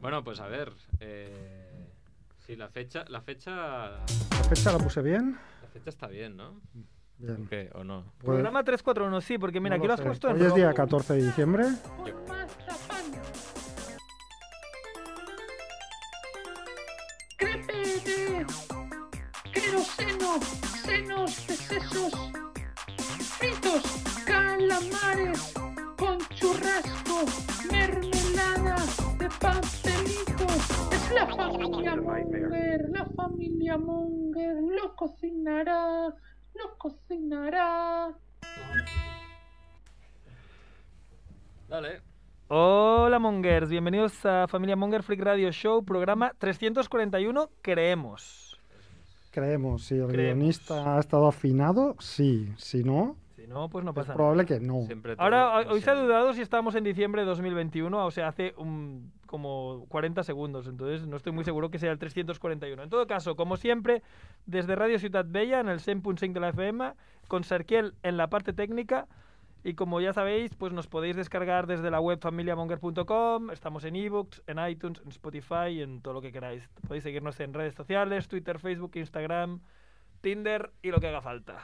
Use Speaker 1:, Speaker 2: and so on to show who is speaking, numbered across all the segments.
Speaker 1: Bueno, pues a ver. eh, sí, la fecha, la fecha.
Speaker 2: ¿La fecha la puse bien?
Speaker 1: La fecha está bien, ¿no?
Speaker 2: Bien.
Speaker 1: ¿Qué? ¿O no?
Speaker 2: Pues,
Speaker 3: Programa 341, sí, porque mira,
Speaker 2: no
Speaker 3: aquí lo has
Speaker 2: sé.
Speaker 3: puesto en
Speaker 2: Hoy es día
Speaker 3: rojo.
Speaker 2: 14 de diciembre.
Speaker 4: crepe de queroseno, senos de sesos, fritos, calamares con churrasco, mermelada de pastelito. Es la familia Munger, la familia Munger lo cocinará, lo cocinará.
Speaker 1: Dale.
Speaker 3: Hola Mongers, bienvenidos a Familia Monger Freak Radio Show, programa 341, creemos.
Speaker 2: Creemos, si el
Speaker 3: Creemos.
Speaker 2: guionista ha estado afinado, sí. Si no,
Speaker 3: Si no, pues no
Speaker 2: es
Speaker 3: pasa nada.
Speaker 2: probable que no.
Speaker 1: Siempre todo
Speaker 3: Ahora, hoy-
Speaker 1: no
Speaker 3: hoy
Speaker 1: sé.
Speaker 3: se ha dudado si estábamos en diciembre de 2021, o sea, hace un- como 40 segundos, entonces no estoy muy seguro que sea el 341. En todo caso, como siempre, desde Radio Ciudad Bella, en el 100.5 de la FM, con Serquiel en la parte técnica, y como ya sabéis, pues nos podéis descargar desde la web familiamonger.com, estamos en ebooks, en iTunes, en Spotify, en todo lo que queráis. Podéis seguirnos en redes sociales, Twitter, Facebook, Instagram, Tinder y lo que haga falta.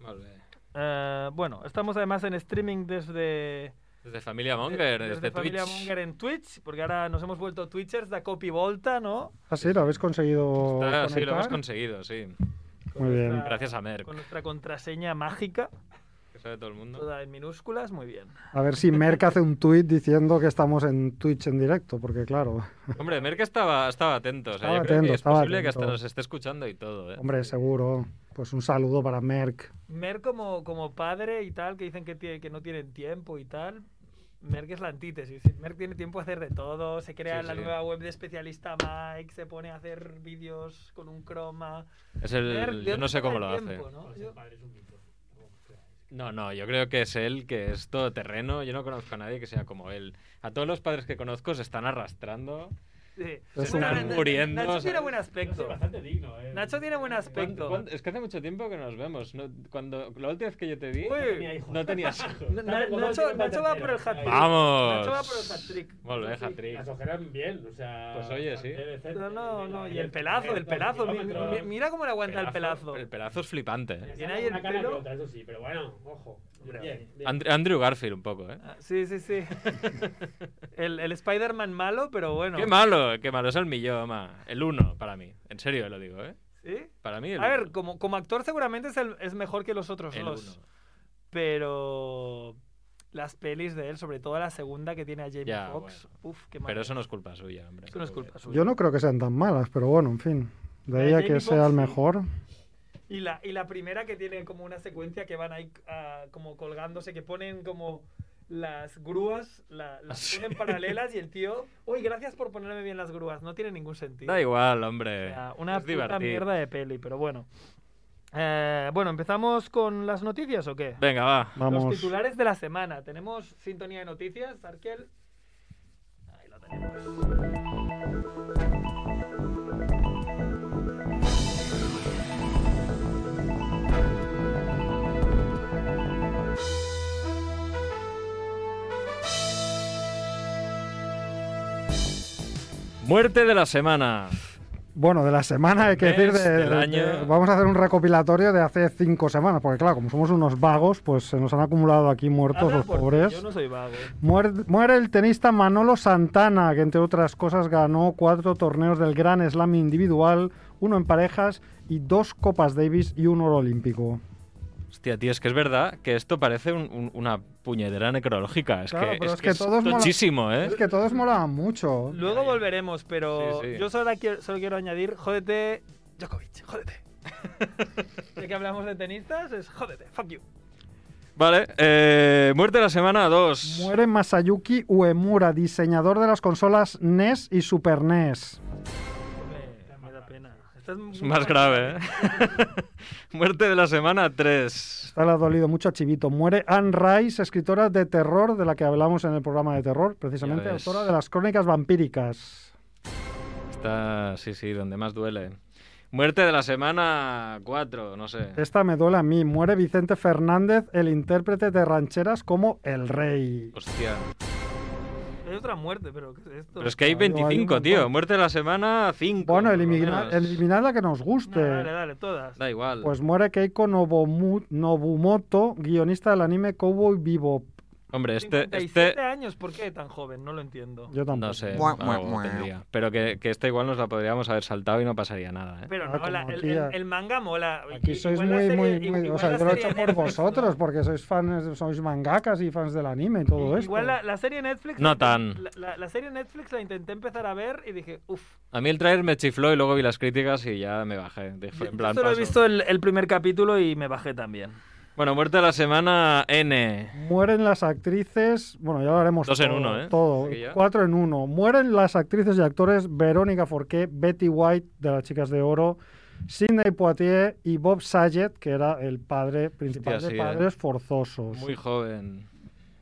Speaker 1: Molt bé.
Speaker 3: Eh, bueno, estamos además en streaming desde,
Speaker 1: Desde Familia Monger,
Speaker 3: desde
Speaker 1: desde,
Speaker 3: Familia
Speaker 1: Twitch.
Speaker 3: Monger en Twitch, porque ahora nos hemos vuelto Twitchers da copy volta, ¿no?
Speaker 2: Ah, sí, lo habéis conseguido.
Speaker 1: Está- sí, lo hemos
Speaker 2: conectar?
Speaker 1: conseguido, sí.
Speaker 2: Muy bien.
Speaker 3: nuestra-
Speaker 1: Gracias a Merck,
Speaker 3: Con nuestra contraseña mágica,
Speaker 1: que sabe todo el mundo.
Speaker 3: toda en minúsculas, muy bien.
Speaker 2: A ver si Merck hace un tuit diciendo que estamos en Twitch en directo, porque claro,
Speaker 1: Hombre, Merck estaba, estaba atento. O sea,
Speaker 2: Estaba
Speaker 1: yo creo
Speaker 2: atento,
Speaker 1: que es
Speaker 2: estaba
Speaker 1: posible que hasta
Speaker 2: atento.
Speaker 1: nos esté escuchando y todo, ¿eh?
Speaker 2: hombre, seguro. Pues un saludo para Merck.
Speaker 3: Mer como, como padre y tal, que dicen que, tiene, que no tienen tiempo y tal. Merck es la antítesis. Merck tiene tiempo a hacer de todo. Se crea
Speaker 1: Sí,
Speaker 3: la
Speaker 1: sí.
Speaker 3: nueva web de especialista Mike, se pone a hacer vídeos con un croma.
Speaker 1: Es el,
Speaker 3: Merck, ¿de
Speaker 1: yo
Speaker 3: dónde
Speaker 1: no sé
Speaker 3: saca
Speaker 1: cómo
Speaker 3: el
Speaker 1: lo hace.
Speaker 3: tiempo, no? Yo-
Speaker 1: No, no, yo creo que es él, que es todo terreno. Yo no conozco a nadie que sea como él. A todos los padres que conozco se están arrastrando.
Speaker 3: Sí.
Speaker 2: Es
Speaker 3: Bueno,
Speaker 2: un-
Speaker 3: Na- Na-
Speaker 1: muriendo,
Speaker 3: Nacho
Speaker 1: ¿sabes?
Speaker 3: tiene buen aspecto.
Speaker 5: bastante digno, ¿eh?
Speaker 3: Nacho tiene buen aspecto.
Speaker 1: ¿Cuándo- cuándo- Es que hace mucho tiempo que no nos vemos. No, cuando, la última vez que yo te vi,
Speaker 3: Uy.
Speaker 5: Tenía hijos.
Speaker 1: no tenías.
Speaker 3: Na- Na- Nacho, Nacho va por el hat-trick.
Speaker 1: ¡Vamos!
Speaker 3: Nacho va por el hat-trick.
Speaker 1: Bueno, deja
Speaker 5: Las ojeras bien, o sea.
Speaker 1: Pues oye, sí.
Speaker 5: bastante decente.
Speaker 3: No, no, no. Y el
Speaker 5: Bien,
Speaker 3: pelazo, el pelazo. Mi-
Speaker 5: kilómetros.
Speaker 3: mi- Mira cómo le aguanta el pelazo.
Speaker 1: El pelazo es flipante. ¿eh?
Speaker 3: Tiene ahí el
Speaker 5: Una cara que
Speaker 3: pelo.
Speaker 5: otra, Eso sí, pero bueno, ojo.
Speaker 3: Hombre, eh,
Speaker 5: Bien, bien.
Speaker 1: And- Andrew Garfield un poco, ¿eh?
Speaker 3: Ah, Sí, sí, sí. El, el Spider-Man malo, pero bueno.
Speaker 1: Qué malo, qué malo. Es el millón, el uno para mí. En serio lo digo, ¿eh?
Speaker 3: ¿Sí?
Speaker 1: Para mí el
Speaker 3: A ver,
Speaker 1: uno.
Speaker 3: como, como actor seguramente es, el- es mejor que los otros
Speaker 1: El
Speaker 3: dos.
Speaker 1: uno.
Speaker 3: Pero las pelis de él, sobre todo la segunda que tiene a Jamie
Speaker 1: Ya,
Speaker 3: Foxx, uf, qué
Speaker 1: Pero
Speaker 3: mal.
Speaker 1: eso no es culpa suya, hombre. Eh,
Speaker 3: Eso no es culpa suya.
Speaker 2: Yo no creo que sean tan malas, pero bueno, en fin. De ahí a
Speaker 3: Jamie
Speaker 2: que
Speaker 3: Foxx,
Speaker 2: sea el
Speaker 3: sí.
Speaker 2: mejor.
Speaker 3: Y la, y la primera que tiene como una secuencia que van ahí ah, como colgándose, que ponen como las grúas, la- las
Speaker 1: Sí.
Speaker 3: ponen paralelas y el tío, uy, gracias por ponerme bien las grúas, no tiene ningún sentido.
Speaker 1: Da igual,
Speaker 3: O
Speaker 1: hombre.
Speaker 3: sea, una
Speaker 1: es
Speaker 3: puta
Speaker 1: divertido.
Speaker 3: mierda de peli, pero bueno. Eh, bueno, ¿empezamos con las noticias o qué?
Speaker 1: Venga, va.
Speaker 3: Los
Speaker 2: Vamos.
Speaker 3: titulares de la semana. Tenemos sintonía de noticias, Arkel. Ahí lo tenemos.
Speaker 1: Muerte de la semana.
Speaker 2: Bueno, de la semana hay que
Speaker 1: Mes,
Speaker 2: decir. de-
Speaker 1: del
Speaker 2: de-
Speaker 1: año.
Speaker 2: de- vamos a hacer un recopilatorio de hace cinco semanas, porque claro, como somos unos vagos, pues se nos han acumulado aquí muertos
Speaker 3: Habla
Speaker 2: los
Speaker 3: por ti,
Speaker 2: pobres.
Speaker 3: Yo no soy vago.
Speaker 2: Muer- Muere, el tenista Manolo Santana, que entre otras cosas ganó cuatro torneos del Gran Slam individual, uno en parejas y dos Copas Davis y un oro olímpico.
Speaker 1: Hostia, tío, es que es verdad que esto parece un- un- una puñetera necrológica. Es
Speaker 2: Claro,
Speaker 1: que
Speaker 2: pero
Speaker 1: es,
Speaker 2: es que todos mola-
Speaker 1: tochísimo, ¿eh?
Speaker 2: Es que todos molaban mucho.
Speaker 3: Luego volveremos, pero
Speaker 1: Sí, sí.
Speaker 3: yo solo quiero, solo quiero añadir, jódete, Djokovic, jódete. ya que hablamos de tenistas, es jódete, fuck you.
Speaker 1: Vale, eh, muerte de la semana 2.
Speaker 2: Muere Masayuki Uemura, diseñador de las consolas NES y Super E NES.
Speaker 3: Me, me da pena. Esta es
Speaker 1: Es
Speaker 3: mucho
Speaker 1: más grave, ¿eh? muerte de la semana 3.
Speaker 2: Esta le ha dolido mucho a Chivito. Muere Anne Rice, escritora de terror, de la que hablamos en el programa de terror, precisamente
Speaker 1: Ya ves.
Speaker 2: autora de las crónicas vampíricas.
Speaker 1: Está, sí, sí, donde más duele. Muerte de la semana 4, no sé.
Speaker 2: Esta me duele a mí. Muere Vicente
Speaker 1: Pues,
Speaker 2: Fernández, el intérprete de rancheras como El Rey.
Speaker 1: Hostia.
Speaker 2: ¿eh?
Speaker 3: Hay otra muerte, pero ¿qué es esto?
Speaker 1: Pero es que hay
Speaker 2: Claro, hay un
Speaker 1: 25, tío.
Speaker 2: montón.
Speaker 1: Muerte de la semana, 5.
Speaker 2: Bueno, eliminad, eliminad la que este nos
Speaker 3: Nada, dale,
Speaker 2: guste.
Speaker 3: dale, todas.
Speaker 1: Da igual.
Speaker 2: Pues muere Keiko Nobomu- Nobumoto, guionista del anime Cowboy Bebop.
Speaker 1: Hombre, este,
Speaker 3: 57
Speaker 1: este
Speaker 3: años, ¿por qué tan joven? No lo entiendo.
Speaker 2: Yo tampoco.
Speaker 1: No sé.
Speaker 6: Mua,
Speaker 1: algo
Speaker 6: mua, mua.
Speaker 1: tendría. Pero que, que esta igual nos la podríamos haber saltado y no pasaría nada. ¿eh?
Speaker 3: Pero
Speaker 2: Ah,
Speaker 3: no, la-
Speaker 2: como
Speaker 3: el,
Speaker 2: aquí ya-
Speaker 3: el- el manga mola.
Speaker 2: Aquí
Speaker 3: I-
Speaker 2: sois
Speaker 3: igual la
Speaker 2: muy,
Speaker 3: serie-
Speaker 2: muy,
Speaker 3: i-
Speaker 2: muy. O
Speaker 3: igual
Speaker 2: sea,
Speaker 3: la
Speaker 2: yo lo he
Speaker 3: serie
Speaker 2: hecho por
Speaker 3: Netflix, ¿no?
Speaker 2: vosotros, porque sois fans, sois mangakas y fans del anime y todo
Speaker 3: I-
Speaker 2: esto.
Speaker 3: Igual la, la serie Netflix.
Speaker 1: No
Speaker 3: la-
Speaker 1: tan.
Speaker 3: La, la- la serie Netflix la intenté empezar a ver y dije, uff.
Speaker 1: A mí el trailer me chifló y luego vi las críticas y ya me bajé. Dije, en plan,
Speaker 3: solo he
Speaker 1: paso.
Speaker 3: visto el, el primer capítulo y me bajé también.
Speaker 1: Bueno, muerte de la semana N.
Speaker 2: Mueren las actrices, bueno, ya lo haremos
Speaker 1: Dos
Speaker 2: todo,
Speaker 1: en uno, ¿eh?
Speaker 2: todo,
Speaker 1: Así que ya.
Speaker 2: cuatro en uno. Mueren las actrices y actores Verónica Forqué, Betty White de las Chicas de Oro, Sidney Poitier y Bob Saget, que era el padre principal
Speaker 1: Hostia,
Speaker 2: de
Speaker 1: sí, ¿eh?
Speaker 2: Padres Forzosos.
Speaker 1: Muy joven.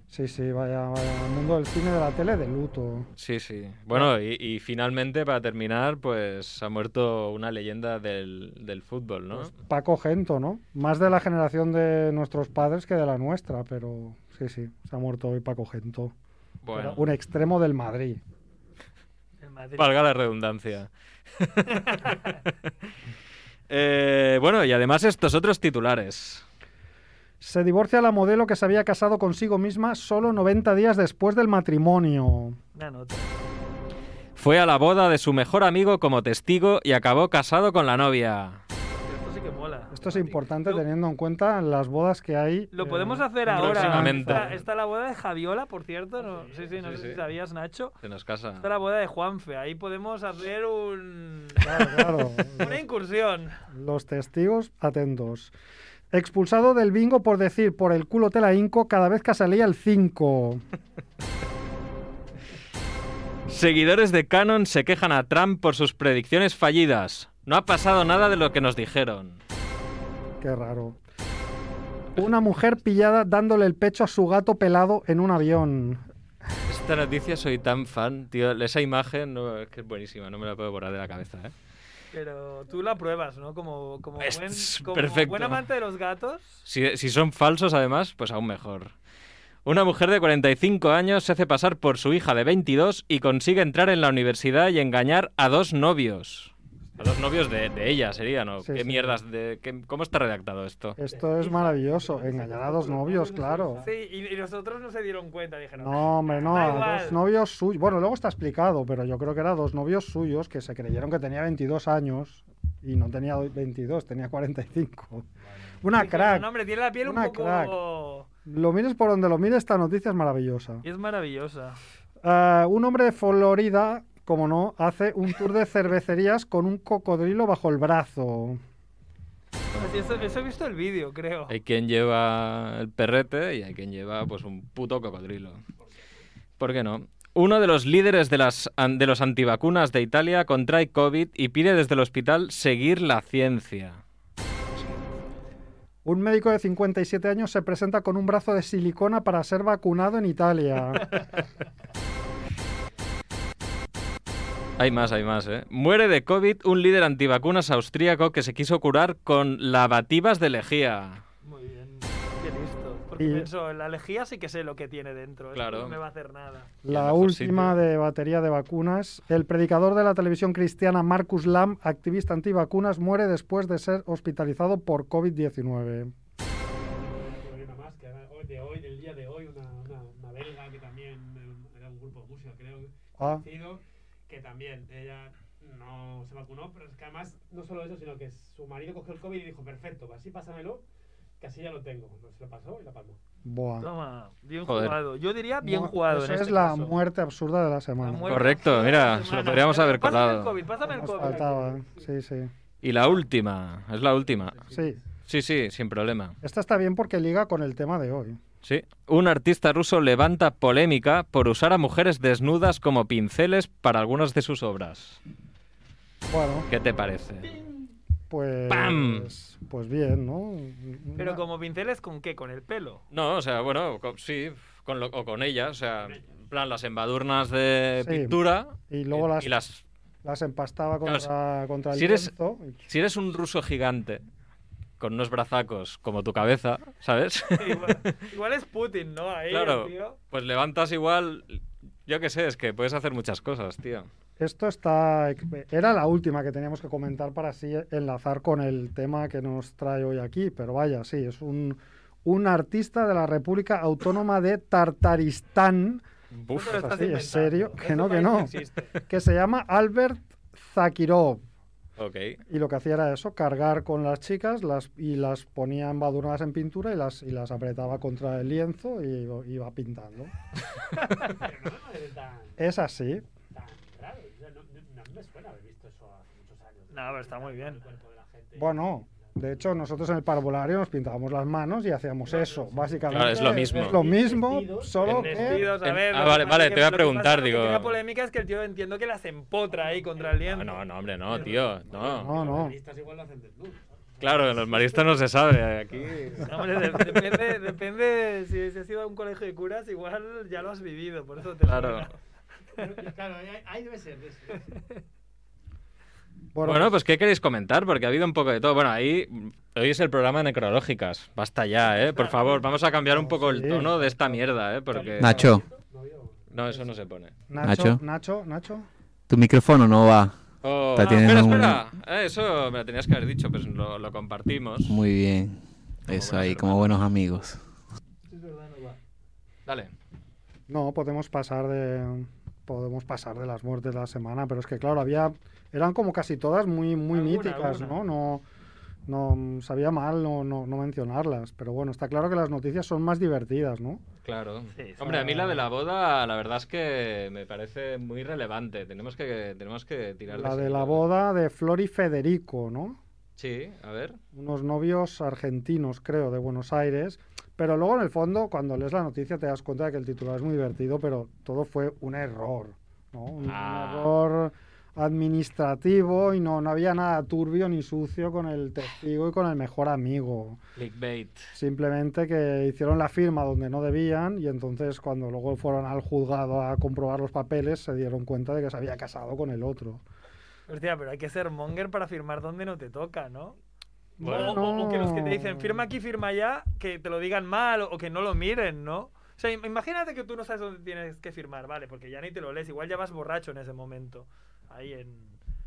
Speaker 2: Sí, sí, vaya, vaya, el mundo del cine de la tele de luto.
Speaker 1: Sí, sí.
Speaker 3: Ah.
Speaker 1: Bueno, y, y finalmente, para terminar, pues ha muerto una leyenda del, del fútbol, ¿no?
Speaker 2: Pues Paco Gento, ¿no? Más de la generación de nuestros padres que de la nuestra, pero sí, sí, se ha muerto hoy Paco Gento. Era
Speaker 1: bueno,
Speaker 2: un extremo del Madrid.
Speaker 3: En Madrid.
Speaker 1: valga la redundancia. Eh, bueno, y además estos otros titulares.
Speaker 2: Se divorcia la modelo que se había casado consigo misma solo 90 días después del matrimonio.
Speaker 3: Una nota.
Speaker 1: Fue a la boda de su mejor amigo como testigo y acabó casado con la novia.
Speaker 3: Esto sí que mola.
Speaker 2: Esto es importante
Speaker 3: Lo-
Speaker 2: teniendo en cuenta las bodas que hay.
Speaker 3: Lo
Speaker 2: eh,
Speaker 3: podemos hacer
Speaker 2: en
Speaker 3: ahora.
Speaker 1: Próximamente.
Speaker 3: Está, está la boda de Javiola, por cierto. ¿no? Sí, sí, no
Speaker 1: sí,
Speaker 3: sé si
Speaker 1: sí.
Speaker 3: sabías, Nacho.
Speaker 1: Se nos casa.
Speaker 3: Está la boda de Juanfe. Ahí podemos hacer un...
Speaker 2: Claro, claro.
Speaker 3: una incursión.
Speaker 2: Los testigos atentos. Expulsado del bingo por decir por el culo te la hinco cada vez que salía el 5.
Speaker 1: Seguidores de Canon se quejan a Trump por sus predicciones fallidas. No ha pasado nada de lo que nos dijeron.
Speaker 2: Qué raro. Una mujer pillada dándole el pecho a su gato pelado en un avión.
Speaker 1: Esta noticia soy tan fan, tío. Esa imagen no, es que es buenísima, no me la puedo borrar de la cabeza, ¿eh?
Speaker 3: Pero tú la pruebas, ¿no? Como, como,
Speaker 1: Es-
Speaker 3: buen,
Speaker 1: es
Speaker 3: como
Speaker 1: perfecto.
Speaker 3: buen amante de los gatos.
Speaker 1: Si, si son falsos, además, pues aún mejor. Una mujer de 45 años se hace pasar por su hija de 22 y consigue entrar en la universidad y engañar a dos novios. A dos novios de, de ella sería, ¿no?
Speaker 2: Sí,
Speaker 1: ¿Qué
Speaker 2: sí. Eh.
Speaker 1: mierdas de...? qué- ¿Cómo está redactado esto?
Speaker 2: Esto es maravilloso. Engañar a dos novios, claro.
Speaker 3: Sí, y, y los otros no se dieron cuenta, dijeron.
Speaker 2: No, hombre, no,
Speaker 3: Da
Speaker 2: a
Speaker 3: igual.
Speaker 2: dos novios suyos. Bueno, luego está explicado, pero yo creo que era dos novios suyos que se creyeron que tenía 22 años y no tenía 22, tenía 45. Una
Speaker 3: Dijeron, No,
Speaker 2: crack.
Speaker 3: hombre, tiene la piel
Speaker 2: Una
Speaker 3: un poco...
Speaker 2: Lo mires por donde lo mires, esta noticia es maravillosa.
Speaker 3: Y es maravillosa.
Speaker 2: Ah, un hombre de Florida, como no, hace un tour de cervecerías con un cocodrilo bajo el brazo.
Speaker 3: Así, Pues eso, eso he visto el vídeo, creo.
Speaker 1: Hay quien lleva el perrete y hay quien lleva pues un puto cocodrilo. ¿Por qué no? Uno de los líderes de, las, an- de los antivacunas de Italia contrae COVID y pide desde el hospital seguir la ciencia.
Speaker 2: Un médico de 57 años se presenta con un brazo de silicona para ser vacunado en Italia.
Speaker 1: Hay más, hay más, ¿eh? Muere de COVID un líder antivacunas austríaco que se quiso curar con lavativas de lejía.
Speaker 3: Muy bien. Qué listo. Porque
Speaker 2: Y-
Speaker 3: pensó, la lejía sí que sé lo que tiene dentro. esto
Speaker 1: Claro.
Speaker 3: No me va a hacer nada.
Speaker 2: La
Speaker 1: mejor
Speaker 2: última
Speaker 1: sitio.
Speaker 2: de batería de vacunas. El predicador de la televisión cristiana Marcus Lam, activista antivacunas, muere después de ser hospitalizado por COVID-19.
Speaker 5: Hay una más que era hoy- de hoy, del día de hoy, una, una, una belga que también era un- era un grupo de música, creo,
Speaker 2: Ah.
Speaker 5: conocido, que también ella no se vacunó, pero es que además no solo eso, sino que su marido cogió el COVID y dijo, perfecto, pues así pásamelo, que así ya lo tengo. Se lo pasó y la palmó.
Speaker 2: Buah.
Speaker 3: Toma, bien
Speaker 1: Joder.
Speaker 3: jugado. Yo diría bien
Speaker 2: Ah. Mu-
Speaker 3: jugado en
Speaker 2: Eso
Speaker 3: este
Speaker 2: es la
Speaker 3: caso.
Speaker 2: muerte absurda de la
Speaker 3: La
Speaker 2: semana.
Speaker 3: muerte
Speaker 1: Correcto,
Speaker 3: absurda de
Speaker 1: mira,
Speaker 3: la
Speaker 1: se lo
Speaker 3: semana.
Speaker 1: podríamos haber
Speaker 3: Pásame el
Speaker 1: colado.
Speaker 3: COVID, pásame el
Speaker 2: Nos
Speaker 3: COVID.
Speaker 2: faltaba. Sí, sí.
Speaker 1: Y la última, es la última.
Speaker 2: Sí.
Speaker 1: Sí, sí, sin problema.
Speaker 2: Esta está bien porque liga con el tema de hoy.
Speaker 1: Sí. Un artista ruso levanta polémica por usar a mujeres desnudas como pinceles para algunas de sus obras.
Speaker 2: Bueno,
Speaker 1: ¿Qué te parece?
Speaker 2: pues.
Speaker 1: ¡Pam!
Speaker 2: Pues bien, ¿no?
Speaker 3: Pero
Speaker 2: Una-
Speaker 3: como pinceles, ¿con qué? ¿Con el pelo?
Speaker 1: No, o sea, bueno, co- sí, con lo- o con ella, o sea, en plan las embadurnas de
Speaker 2: Sí.
Speaker 1: pintura
Speaker 2: Y luego
Speaker 1: y-
Speaker 2: las,
Speaker 1: y las
Speaker 2: las empastaba
Speaker 1: Claro,
Speaker 2: contra, contra el
Speaker 1: si eres-
Speaker 2: lienzo y-
Speaker 1: si eres un ruso gigante con unos brazacos como tu cabeza, ¿sabes?
Speaker 3: Igual, igual es Putin, ¿no? Ahí,
Speaker 1: Claro.
Speaker 3: el tío.
Speaker 1: pues levantas igual Yo qué sé, es que puedes hacer muchas cosas, tío.
Speaker 2: Esto está. Era la última que teníamos que comentar para así enlazar con el tema que nos trae hoy aquí, pero vaya, sí, es un, un artista de la República Autónoma de Tartaristán,
Speaker 1: Buf.
Speaker 5: No te lo estás
Speaker 2: así, ¿en
Speaker 5: inventando.
Speaker 2: serio? Que
Speaker 5: Ese
Speaker 2: no, que
Speaker 5: país
Speaker 2: no.
Speaker 5: existe.
Speaker 2: que se llama Albert Zakirov.
Speaker 1: Ok.
Speaker 2: Y lo que hacía era eso, cargar con las chicas las, y las ponía embadurnadas en pintura y las, y las apretaba contra el lienzo y iba- iba pintando.
Speaker 5: Pero no me parece tan,
Speaker 2: Es así.
Speaker 5: tan raro. O sea, no, no- no me suena haber visto eso hace muchos años.
Speaker 3: No, pero está muy bien.
Speaker 5: El cuerpo de la gente.
Speaker 2: Bueno, de hecho nosotros en el parvolario nos pintábamos las manos y hacíamos eso, básicamente.
Speaker 1: Claro, es lo mismo.
Speaker 2: Es lo mismo,
Speaker 5: Vestidos,
Speaker 2: solo
Speaker 1: en
Speaker 2: que...
Speaker 3: Vestidos, a
Speaker 1: En-
Speaker 3: ver,
Speaker 1: ah,
Speaker 3: lo que
Speaker 1: vale,
Speaker 3: pasa
Speaker 1: vale,
Speaker 3: es que-
Speaker 1: te iba a
Speaker 3: lo que pasa es que
Speaker 1: preguntar, digo- Ah,
Speaker 3: La polémica es que el tío entiendo que las empotra ahí contra el
Speaker 1: No,
Speaker 3: lienzo.
Speaker 1: no, no, hombre, no, tío. No.
Speaker 2: No,
Speaker 5: Los
Speaker 2: no.
Speaker 5: periodistas igual lo hacen desnudo. ¿sabes?
Speaker 1: Claro, en los maristas no se sabe. Aquí.
Speaker 3: No, hombre, de- depende, depende si, si has ido a un colegio de curas, igual ya lo has vivido, por eso te
Speaker 1: Claro.
Speaker 3: suena.
Speaker 5: Pero, Claro, ahí, ahí debe ser. debe ser.
Speaker 1: Bueno, pues ¿qué queréis comentar? Porque ha habido un poco de todo. Bueno, ahí hoy es el programa Necrológicas. Basta ya, ¿eh? Por favor, vamos a cambiar un poco el
Speaker 2: Sí.
Speaker 1: tono de esta mierda, ¿eh? Porque...
Speaker 6: Nacho,
Speaker 1: No, eso no se pone.
Speaker 2: Nacho,
Speaker 6: Nacho.
Speaker 2: Nacho, Nacho.
Speaker 6: tu micrófono no va.
Speaker 1: Oh,
Speaker 6: Está
Speaker 1: ah, espera,
Speaker 6: teniendo un-
Speaker 1: espera. Eh, eso me lo tenías que haber dicho, pues lo, lo compartimos.
Speaker 6: Muy bien.
Speaker 1: Como
Speaker 6: Eso
Speaker 1: buenos
Speaker 6: ahí, como buenos amigos.
Speaker 1: Dale.
Speaker 2: No, podemos pasar de podemos pasar de las muertes de la semana, pero es que claro, había eran como casi todas muy muy
Speaker 3: Alguna,
Speaker 2: míticas,
Speaker 3: alguna.
Speaker 2: ¿no? No no sabía mal no, no, no mencionarlas, pero bueno, está claro que las noticias son más divertidas, ¿no?
Speaker 1: Claro.
Speaker 3: Sí, sí.
Speaker 1: Hombre, a mí la de la boda, la verdad es que me parece muy relevante. Tenemos que, tenemos que tirar
Speaker 2: La
Speaker 1: ese
Speaker 2: de la
Speaker 1: hilo.
Speaker 2: boda de Flor y Federico, ¿no?
Speaker 1: Sí, a ver.
Speaker 2: unos novios argentinos, creo, de Buenos Aires. Pero luego, en el fondo, cuando lees la noticia, te das cuenta de que el titular es muy divertido, pero todo fue un error, ¿no? Un, un
Speaker 1: Ah.
Speaker 2: error administrativo y no, no había nada turbio ni sucio con el testigo y con el mejor amigo.
Speaker 1: Clickbait.
Speaker 2: Simplemente que hicieron la firma donde no debían y entonces cuando luego fueron al juzgado a comprobar los papeles se dieron cuenta de que se había casado con el otro.
Speaker 3: Hostia, pero hay que ser monger para firmar donde no te toca, ¿no?
Speaker 1: Bueno.
Speaker 3: O, o- o que los que te dicen
Speaker 2: No.
Speaker 3: firma aquí, firma allá, que te lo digan mal o, o que no lo miren, ¿no? O sea, im- imagínate que tú no sabes dónde tienes que firmar, vale, porque ya ni te lo lees, igual ya vas borracho en ese momento, ahí en,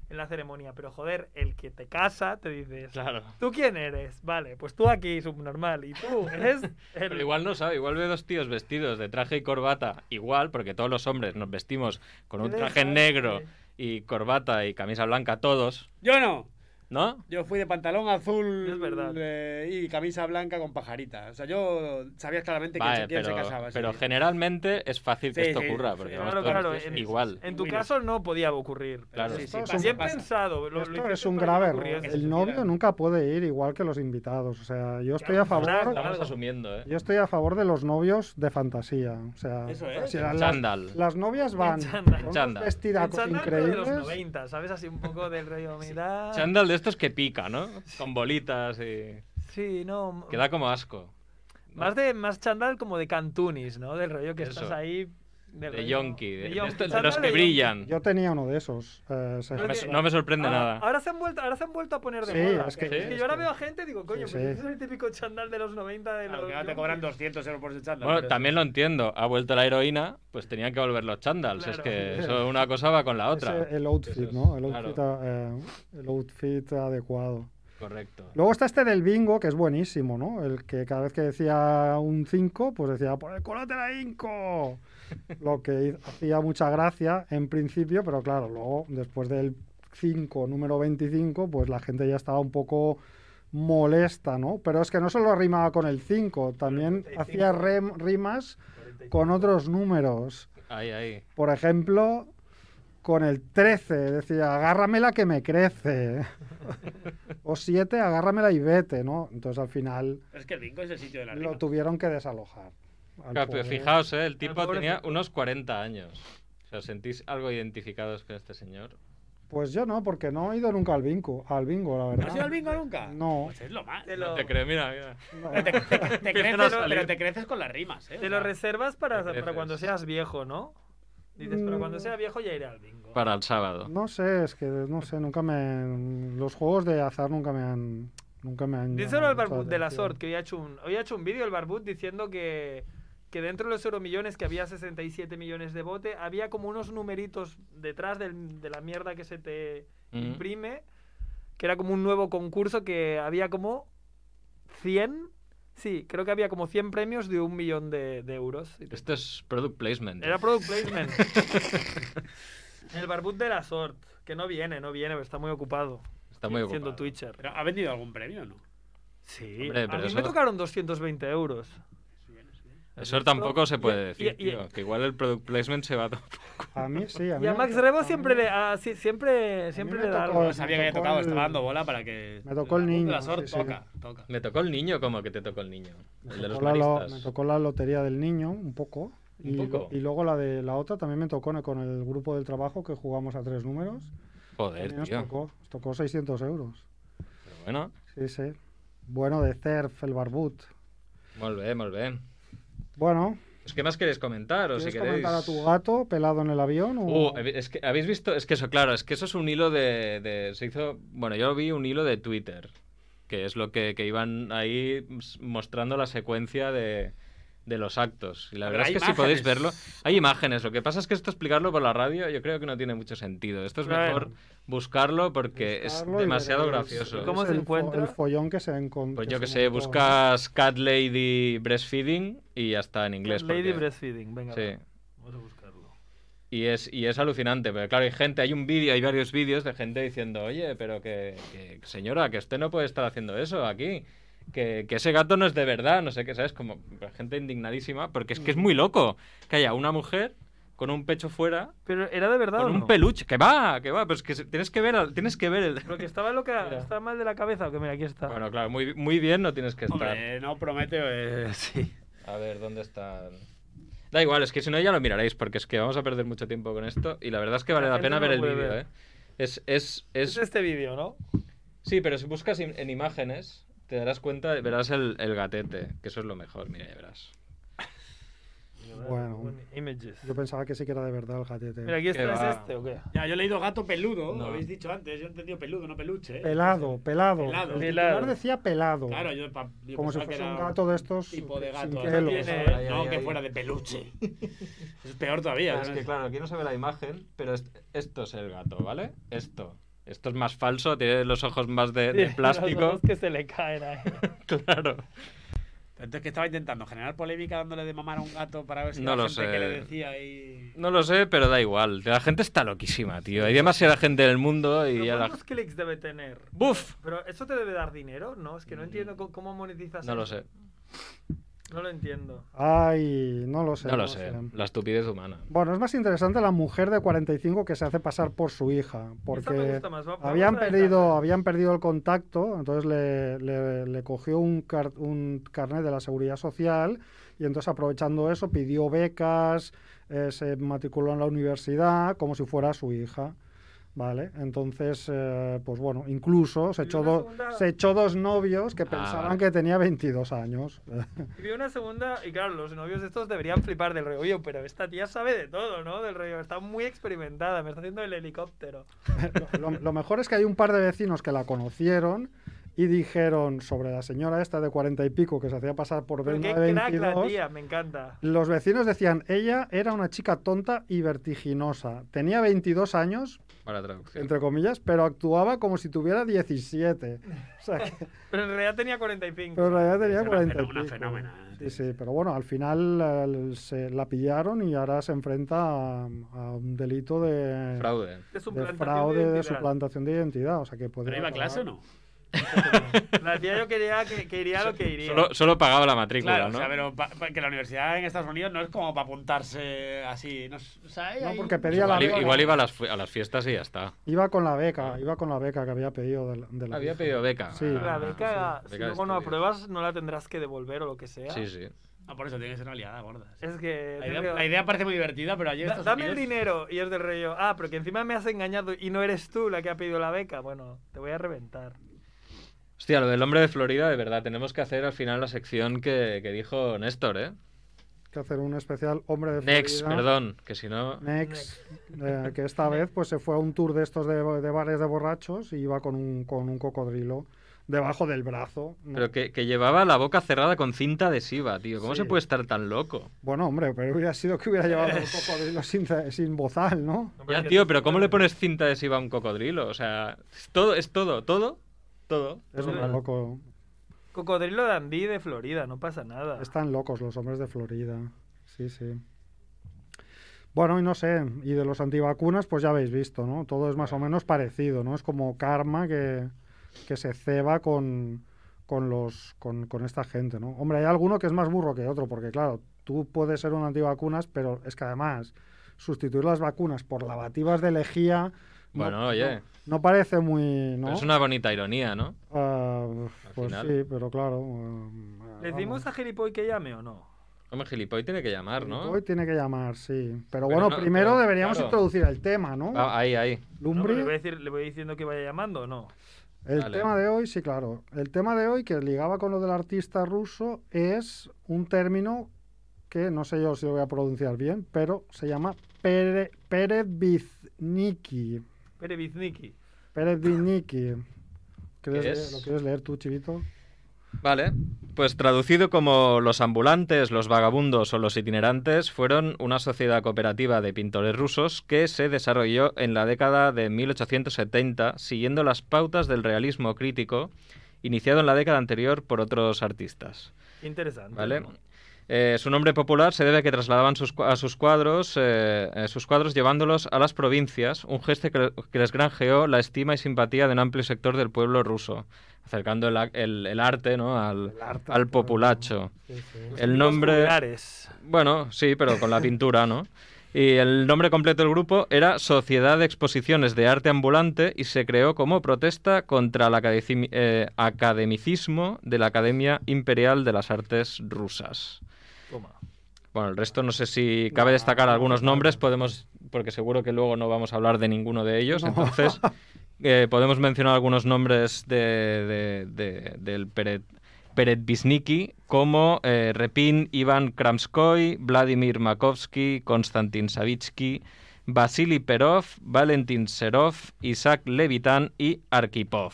Speaker 3: en la ceremonia. Pero joder, el que te casa te dices,
Speaker 1: Claro.
Speaker 3: ¿tú quién eres? Vale, pues tú aquí, subnormal, y tú eres el-
Speaker 1: Pero igual no sabe, igual ve dos tíos vestidos de traje y corbata, igual, porque todos los hombres nos vestimos con un traje
Speaker 3: Déjate.
Speaker 1: negro y corbata y camisa blanca todos,
Speaker 7: Yo no.
Speaker 1: ¿no?
Speaker 7: Yo fui de pantalón azul
Speaker 3: Es verdad.
Speaker 7: eh, y camisa blanca con pajarita. O sea, yo sabía claramente que
Speaker 1: Vale,
Speaker 7: quién
Speaker 1: pero,
Speaker 7: se casaba. ese
Speaker 1: pero
Speaker 7: día.
Speaker 1: generalmente es fácil que
Speaker 7: Sí,
Speaker 1: esto
Speaker 7: sí,
Speaker 1: ocurra,
Speaker 7: sí,
Speaker 1: porque
Speaker 7: claro,
Speaker 1: vamos todos
Speaker 3: Claro, claro,
Speaker 1: vestidos
Speaker 3: en-
Speaker 1: igual.
Speaker 3: En tu
Speaker 7: Mira.
Speaker 3: caso no podía ocurrir.
Speaker 1: Claro.
Speaker 7: Sí, sí,
Speaker 2: Esto es
Speaker 7: pasa,
Speaker 2: un-
Speaker 3: Bien
Speaker 7: pasa.
Speaker 3: pensado. lo- lo
Speaker 2: Esto
Speaker 3: hiciste
Speaker 2: es un
Speaker 3: para que
Speaker 2: grave
Speaker 3: no
Speaker 2: error.
Speaker 3: ocurriese.
Speaker 2: El novio nunca puede ir igual que los invitados. O sea, yo estoy a favor.
Speaker 3: claro.
Speaker 1: Estamos asumiendo, ¿eh?
Speaker 2: Yo estoy a favor de los novios de fantasía. O sea,
Speaker 7: Eso es,
Speaker 2: si
Speaker 7: en
Speaker 2: la- las,
Speaker 1: chándal.
Speaker 2: las novias van
Speaker 3: En
Speaker 2: con
Speaker 3: chándal.
Speaker 2: unos
Speaker 1: Chándal.
Speaker 3: El
Speaker 2: vestidacos
Speaker 3: chándal de los
Speaker 2: increíbles.
Speaker 3: 90, ¿sabes? Así un poco del rollo, mira...
Speaker 1: Chándal de estos que pica, ¿no? Con bolitas y...
Speaker 3: Sí, no...
Speaker 1: que da como asco.
Speaker 3: Más, de, más chándal como de cantunis, ¿no? Del rollo que
Speaker 1: Eso.
Speaker 3: estás ahí... del
Speaker 1: De
Speaker 3: rollo-
Speaker 1: yonki, de, de
Speaker 3: yonki.
Speaker 1: estos- de
Speaker 3: Chándal
Speaker 1: los que
Speaker 3: de
Speaker 1: brillan.
Speaker 2: Yo tenía uno de esos. eh, se-
Speaker 1: No me, no me sorprende
Speaker 3: ahora,
Speaker 1: nada.
Speaker 3: Ahora se, han vuelto, ahora se han vuelto a poner de
Speaker 2: Sí,
Speaker 3: moda.
Speaker 2: es que-
Speaker 1: es
Speaker 3: yo ahora veo a gente y digo, coño,
Speaker 2: Sí,
Speaker 3: pues
Speaker 2: sí.
Speaker 3: ese es el típico chándal de los 90 de los
Speaker 7: Al final te
Speaker 3: yonkis.
Speaker 7: cobran 200 euros por ese chándal.
Speaker 1: Bueno,
Speaker 7: Pero-
Speaker 1: también lo entiendo. Ha vuelto la heroína, pues tenían que volver los chándals.
Speaker 3: Claro.
Speaker 1: Es que eso una cosa va con la otra.
Speaker 2: ese- el outfit,
Speaker 1: Eso es,
Speaker 2: ¿no? El
Speaker 1: claro.
Speaker 2: outfit, eh, el outfit adecuado.
Speaker 1: Correcto.
Speaker 2: Luego está este del bingo, que es buenísimo, ¿no? El que cada vez que decía un 5, pues decía, por el culo te la inco. Lo que hi- hacía mucha gracia en principio, pero claro, luego, después del 5, número 25, pues la gente ya estaba un poco molesta, ¿no? Pero es que no solo rimaba con el 5, también hacía rem- rimas con otros números.
Speaker 1: Ahí, ahí.
Speaker 2: Por ejemplo, con el 13, decía, agárrame la que me crece. o 7, agárramela y vete, ¿no? Entonces al final
Speaker 7: Es que el bingo es el sitio de la
Speaker 2: lo
Speaker 7: rima.
Speaker 2: tuvieron que desalojar. Al
Speaker 1: Claro, pero
Speaker 7: pues
Speaker 2: pobre.
Speaker 1: Fijaos, ¿eh? el tipo
Speaker 3: pobre
Speaker 1: tenía
Speaker 3: tipo.
Speaker 1: unos 40 años. O sea, ¿os ¿sentís algo identificados con este señor?
Speaker 2: Pues yo no, porque no he ido nunca al bingo, al bingo, la
Speaker 7: ¿No has ido
Speaker 2: verdad.
Speaker 7: al bingo nunca?
Speaker 2: No,
Speaker 7: Pues es lo más.
Speaker 3: Te
Speaker 7: ¿no?
Speaker 3: lo-
Speaker 1: Te creo, mira, mira.
Speaker 2: no,
Speaker 7: Te, te- te
Speaker 1: Empiezan a
Speaker 7: creces,
Speaker 1: salir.
Speaker 7: pero te creces con las rimas, ¿eh?
Speaker 3: Te lo
Speaker 7: O sea,
Speaker 3: reservas para,
Speaker 1: Te
Speaker 3: para cuando
Speaker 1: creces.
Speaker 3: seas viejo, ¿no? Dices, pero cuando
Speaker 2: Mm.
Speaker 3: sea viejo ya iré al bingo.
Speaker 1: Para el sábado.
Speaker 2: no sé, es que no sé, nunca me los juegos de azar nunca me han nunca me han
Speaker 3: Díselo al
Speaker 2: llamado mucho
Speaker 3: Barbut de la
Speaker 2: atención.
Speaker 3: Sort, que hoy ha hecho un, hoy ha hecho un vídeo el Barbut diciendo que, que dentro de los euromillones, que había 67 millones de bote, había como unos numeritos detrás del- de la mierda que se te
Speaker 1: Ujú.
Speaker 3: imprime, que era como un nuevo concurso que había como 100, sí, creo que había como 100 premios de un millón de, de euros. si te-
Speaker 1: Esto es product placement.
Speaker 3: Era product placement. El barbut de la sort, que no viene, no viene, está muy ocupado
Speaker 1: Está muy
Speaker 3: siendo
Speaker 1: ocupado.
Speaker 3: Twitcher.
Speaker 7: Pero, ¿Ha vendido algún premio o no?
Speaker 3: Sí,
Speaker 1: Hombre,
Speaker 3: a
Speaker 1: pero
Speaker 3: mí
Speaker 1: eso-
Speaker 3: me tocaron 220 euros.
Speaker 1: Eso tampoco se puede
Speaker 3: Y- y-
Speaker 1: decir,
Speaker 3: y-
Speaker 1: tío, Que igual el product placement se va a... to-
Speaker 2: A mí sí. A mí
Speaker 3: Y a
Speaker 2: me
Speaker 3: Max
Speaker 2: to-
Speaker 3: Rebo
Speaker 2: a
Speaker 3: siempre
Speaker 2: mí-
Speaker 3: le, a- sí, siempre, siempre
Speaker 2: me
Speaker 3: le da
Speaker 2: tocó
Speaker 3: algo.
Speaker 7: No sabía que había tocado, estaba dando bola para que.
Speaker 2: Me tocó el
Speaker 7: la-
Speaker 2: niño,
Speaker 7: La sor
Speaker 2: sí, sí.
Speaker 7: toca, toca.
Speaker 1: Me tocó el niño, como que te tocó el niño. El de los
Speaker 2: la lo-
Speaker 1: maristas.
Speaker 2: me tocó la lotería del niño, un poco.
Speaker 1: Un
Speaker 2: Y,
Speaker 1: poco.
Speaker 2: y luego la de la otra también me tocó ¿no? con el grupo del trabajo que jugamos a tres números.
Speaker 1: Joder,
Speaker 2: También nos
Speaker 1: tío.
Speaker 2: tocó, nos tocó 600 euros.
Speaker 1: Pero bueno,
Speaker 2: Sí, sí. Bueno, de CERF, el barbut.
Speaker 1: molt bé, molt bé.
Speaker 2: Bueno,
Speaker 1: Pues, ¿Qué más queréis comentar? O si
Speaker 2: ¿quieres
Speaker 1: queréis...
Speaker 2: comentar a tu gato pelado en el avión? o-
Speaker 1: Uh, es que habéis visto, es que eso, claro, es que eso es un hilo de, de- se hizo, bueno, yo vi un hilo de Twitter, que es lo que, que iban ahí s- mostrando la secuencia de, de los actos. Y la
Speaker 7: Pero
Speaker 1: verdad es
Speaker 7: hay
Speaker 1: que si podéis verlo,
Speaker 7: imágenes.
Speaker 1: hay imágenes. Lo que pasa es que esto explicarlo por la radio, yo creo que no tiene mucho sentido. Esto es
Speaker 3: Claro.
Speaker 1: mejor buscarlo porque
Speaker 2: Buscarlo
Speaker 1: es
Speaker 2: y
Speaker 1: demasiado
Speaker 2: veréis.
Speaker 1: gracioso.
Speaker 3: ¿Cómo
Speaker 2: Es
Speaker 3: se
Speaker 2: el fo-
Speaker 3: encuentra?
Speaker 2: El follón que se encontró.
Speaker 1: Pues yo que sé, buscas Cat Lady Breastfeeding y ya está en inglés.
Speaker 3: Lady
Speaker 1: porque-
Speaker 3: Breastfeeding, venga.
Speaker 1: Sí.
Speaker 3: va, Vamos a buscarlo.
Speaker 1: Y es, y es alucinante, pero claro, hay gente, hay un vídeo, hay varios vídeos de gente diciendo, oye, pero que, que, señora, que usted no puede estar haciendo eso aquí, que, que ese gato no es de verdad, no sé qué, ¿sabes? Como gente indignadísima, porque es que es muy loco que haya una mujer con un pecho fuera,
Speaker 3: Pero era de verdad.
Speaker 1: con
Speaker 3: o
Speaker 1: un
Speaker 3: no?
Speaker 1: peluche, que va, que va, pero es que se- tienes que ver, al- tienes que ver el...
Speaker 3: Pero que estaba loca,
Speaker 1: Mira.
Speaker 3: estaba mal de la cabeza, o que mira, aquí está.
Speaker 1: Bueno, claro, muy, muy bien no tienes que estar.
Speaker 7: Hombre, no promete. eh, sí.
Speaker 1: A ver, ¿dónde están? Da igual, es que si no ya lo miraréis, porque es que vamos a perder mucho tiempo con esto, y la verdad es que vale la,
Speaker 3: La gente
Speaker 1: pena
Speaker 3: no
Speaker 1: ver
Speaker 3: lo
Speaker 1: el
Speaker 3: puede
Speaker 1: vídeo,
Speaker 3: ver.
Speaker 1: ¿eh? Es, es,
Speaker 3: es...
Speaker 1: es
Speaker 3: este vídeo, ¿no?
Speaker 1: Sí, pero si buscas im- en imágenes, te darás cuenta, verás el, el gatete, que eso es lo mejor, mira, ya verás.
Speaker 2: Bueno.
Speaker 3: Images.
Speaker 2: Yo pensaba que sí que era de verdad el gatete.
Speaker 3: Mira, aquí
Speaker 1: Qué
Speaker 3: está,
Speaker 1: va.
Speaker 3: ¿es este o qué?
Speaker 7: Ya, yo he leído gato peludo,
Speaker 1: No.
Speaker 7: lo habéis dicho antes. Yo he entendido peludo, no peluche. ¿eh?
Speaker 2: Pelado, pelado.
Speaker 7: Pelado.
Speaker 2: El
Speaker 3: Pelado.
Speaker 2: titular decía pelado.
Speaker 7: Claro, yo, pa- yo
Speaker 2: como si
Speaker 7: pensaba que
Speaker 2: fuese
Speaker 7: era
Speaker 2: un gato de estos.
Speaker 7: Tipo de
Speaker 2: sin
Speaker 7: gato.
Speaker 2: que
Speaker 7: No,
Speaker 2: lo-
Speaker 7: tiene-
Speaker 3: Ay, Ah,
Speaker 1: ay,
Speaker 7: no
Speaker 1: ay.
Speaker 7: que fuera de peluche. es peor todavía. ¿no?
Speaker 1: aquí no se ve la imagen, pero esto es el gato, ¿vale? Esto. Esto es más falso, tiene los ojos más de, de
Speaker 3: Tiene los
Speaker 1: plástico.
Speaker 3: ojos que se le caen ahí.
Speaker 1: claro.
Speaker 7: Entonces que estaba intentando generar polémica dándole de mamar a un gato para ver si
Speaker 1: No
Speaker 7: la
Speaker 1: lo
Speaker 7: gente
Speaker 1: sé.
Speaker 7: que le decía y...
Speaker 1: No lo sé, pero da igual. La gente está loquísima, tío. Hay demasiada gente en el mundo y
Speaker 3: ¿Pero
Speaker 1: ya la...
Speaker 3: ¿Cuántos clics debe tener?
Speaker 1: ¡Buf!
Speaker 3: Pero eso te debe dar dinero, ¿no? Es que no entiendo co- cómo monetizas
Speaker 1: Mm. No lo
Speaker 3: eso.
Speaker 1: sé,
Speaker 3: No lo entiendo.
Speaker 2: Ay, no lo sé.
Speaker 1: no lo sé.
Speaker 2: sé.
Speaker 1: La estupidez humana.
Speaker 2: Bueno, es más interesante la mujer de 45 que se hace pasar por su hija,
Speaker 3: Esta me
Speaker 2: porque
Speaker 3: gusta más, va- vamos
Speaker 2: habían
Speaker 3: a dejar-
Speaker 2: perdido, habían perdido el contacto, entonces le, le- le cogió un, car- un carnet de la seguridad social y entonces aprovechando eso pidió becas, eh, se matriculó en la universidad como si fuera su hija. Vale, entonces, eh, pues bueno, incluso se
Speaker 3: Y
Speaker 2: echó,
Speaker 3: una
Speaker 2: do-
Speaker 3: segunda-
Speaker 2: se echó dos novios que
Speaker 1: Ah,
Speaker 2: pensaban
Speaker 1: vale.
Speaker 2: que tenía 22 años.
Speaker 3: Y vi una segunda, y claro, los novios estos deberían flipar del rey. Oye, pero esta tía sabe de todo, ¿no? Del rey. Está muy experimentada, me está haciendo el helicóptero.
Speaker 2: lo, lo mejor es que hay un par de vecinos que la conocieron y dijeron sobre la señora esta de cuarenta y pico que se hacía pasar por
Speaker 3: Pero
Speaker 2: Belma
Speaker 3: qué
Speaker 2: de
Speaker 3: crack la
Speaker 2: 22.
Speaker 3: tía, me encanta.
Speaker 2: Los vecinos decían, ella era una chica tonta y vertiginosa. Tenía 22 años,
Speaker 1: Para traducción.
Speaker 2: entre comillas, pero actuaba como si tuviera 17. O sea, que-
Speaker 3: Pero en realidad tenía 45.
Speaker 2: pero en realidad tenía
Speaker 7: una
Speaker 2: 40 y
Speaker 7: fenó- una
Speaker 2: pico.
Speaker 7: fenómena,
Speaker 2: Sí, sí, pero bueno, al final eh, se la pillaron y ahora se enfrenta a, a un delito de
Speaker 1: Fraude.
Speaker 3: Es un
Speaker 2: de
Speaker 3: plantación
Speaker 2: fraude de,
Speaker 3: identidad.
Speaker 2: suplantación de identidad. O sea, que podría
Speaker 7: ¿Pero iba a
Speaker 2: acabar-
Speaker 7: clase o no?
Speaker 3: La tía yo quería que, que iría lo que iría.
Speaker 1: Solo, solo pagaba la matrícula,
Speaker 7: Claro,
Speaker 1: ¿no?
Speaker 7: o sea, pero pa- pa- que la universidad en Estados Unidos no es como para apuntarse así. No, s- o sea, hay-
Speaker 2: No,
Speaker 7: hay
Speaker 2: porque
Speaker 7: un-
Speaker 2: pedía la
Speaker 1: Igual, i-
Speaker 2: beca.
Speaker 1: igual iba a las, fu- a las fiestas y ya está.
Speaker 2: Iba con la beca, iba con la beca que había pedido de la, de la
Speaker 1: Había
Speaker 2: hija.
Speaker 1: pedido beca.
Speaker 2: Sí.
Speaker 3: La
Speaker 2: Ah,
Speaker 3: beca,
Speaker 1: sí.
Speaker 3: si
Speaker 1: Beca de
Speaker 3: luego no
Speaker 1: estudios.
Speaker 3: apruebas, no la tendrás que devolver o lo que sea.
Speaker 1: Sí, sí.
Speaker 7: No, Ah, por eso tiene que ser una liada gorda. sí.
Speaker 3: Es que...
Speaker 7: La idea,
Speaker 3: tengo-
Speaker 7: la idea parece muy divertida, pero allí en
Speaker 3: Da-
Speaker 7: Estados
Speaker 3: dame el
Speaker 7: Unidos-
Speaker 3: dinero. Y es del rey. yo, Ah, pero que encima me has engañado y no eres tú la que ha pedido la beca. Bueno, te voy a reventar.
Speaker 1: Hostia, lo del hombre de Florida, de verdad, tenemos que hacer al final la sección que, que dijo Néstor, ¿eh?
Speaker 2: Que hacer un especial hombre de
Speaker 1: Next,
Speaker 2: Florida.
Speaker 1: perdón, que si no...
Speaker 2: Next, eh, que esta vez pues se fue a un tour de estos de, de bares de borrachos y iba con un, con un cocodrilo debajo del brazo. ¿no?
Speaker 1: Pero que, que llevaba la boca cerrada con cinta adhesiva, tío. ¿Cómo
Speaker 2: Sí.
Speaker 1: se puede estar tan loco?
Speaker 2: Bueno, hombre, pero hubiera sido que hubiera llevado un cocodrilo sin, ce- sin bozal, ¿no?
Speaker 1: Ya, tío, pero ¿cómo le pones cinta adhesiva a un cocodrilo? O sea, es todo, es todo, todo, todo.
Speaker 2: Es un
Speaker 3: Total.
Speaker 2: loco.
Speaker 3: Cocodrilo de Andí de Florida, no pasa nada.
Speaker 2: Están locos los hombres de Florida. Sí, sí. Bueno, y no sé, y de los antivacunas, pues ya habéis visto, ¿no? Todo es más o menos parecido, ¿no? Es como karma que, que se ceba con, con, los, con, con esta gente, ¿no? Hombre, hay alguno que es más burro que otro, porque claro, tú puedes ser un antivacunas, pero es que además sustituir las vacunas por lavativas de lejía... no-
Speaker 1: Bueno, oye.
Speaker 2: No, no parece muy... ¿no?
Speaker 1: Pero es una bonita ironía, ¿no?
Speaker 2: Ah, pues
Speaker 1: final.
Speaker 2: sí, pero claro... um,
Speaker 3: ¿Le
Speaker 2: vamos.
Speaker 3: decimos a Gilipoy que llame o no?
Speaker 1: Hombre, gilipoll tiene que llamar, ¿no?
Speaker 2: Hoy tiene que llamar, sí.
Speaker 1: Pero
Speaker 2: Pero bueno,
Speaker 1: no,
Speaker 2: primero
Speaker 1: pero,
Speaker 2: deberíamos
Speaker 1: claro.
Speaker 2: introducir el tema, ¿no?
Speaker 1: Ah, ahí, ahí.
Speaker 3: No,
Speaker 2: Lumbri.
Speaker 3: pero le, voy a decir- le voy diciendo que vaya llamando o no.
Speaker 2: el
Speaker 1: Vale.
Speaker 2: tema de hoy, sí, claro. El tema de hoy, que ligaba con lo del artista ruso, es un término que no sé yo si lo voy a pronunciar bien, pero se llama pere, Perevizniki.
Speaker 3: Perevizniki.
Speaker 2: Perevizniki. ¿Quieres
Speaker 1: ¿Qué
Speaker 2: leer-
Speaker 1: es?
Speaker 2: ¿Lo quieres leer tú, Chivito?
Speaker 1: Vale, pues traducido como los ambulantes, los vagabundos o los itinerantes, fueron una sociedad cooperativa de pintores rusos que se desarrolló en la década de 1870 siguiendo las pautas del realismo crítico iniciado en la década anterior por otros artistas.
Speaker 3: Qué interesante.
Speaker 1: ¿Vale?
Speaker 3: ¿no?
Speaker 1: Eh, su nombre popular se debe a que trasladaban sus cua- a sus cuadros, eh, eh, sus cuadros llevándolos a las provincias, un gesto que, que les granjeó la estima y simpatía de un amplio sector del pueblo ruso, acercando el, a- el- el arte, ¿no? al,
Speaker 2: arte
Speaker 1: al
Speaker 2: al pueblo.
Speaker 1: populacho.
Speaker 2: Sí, sí.
Speaker 1: El nombre...
Speaker 3: Vulgares.
Speaker 1: Bueno, sí, pero con la pintura, ¿no? Y el nombre completo del grupo era Sociedad de Exposiciones de Arte Ambulante y se creó como protesta contra el academi- eh, academicismo de la Academia Imperial de las Artes Rusas.
Speaker 3: Toma.
Speaker 1: Bueno, el resto no sé si cabe
Speaker 2: No,
Speaker 1: destacar
Speaker 2: no,
Speaker 1: algunos
Speaker 2: no.
Speaker 1: nombres, podemos, porque seguro que luego no vamos a hablar de ninguno de ellos,
Speaker 2: No.
Speaker 1: entonces eh, podemos mencionar algunos nombres de, de- de- del Peret, Peretvisniki, como eh, Repin Iván Kramskoy, Vladimir Makovsky, Konstantin Savitsky, Vasily Perov, Valentin Serov, Isaac Levitan y Arkhipov.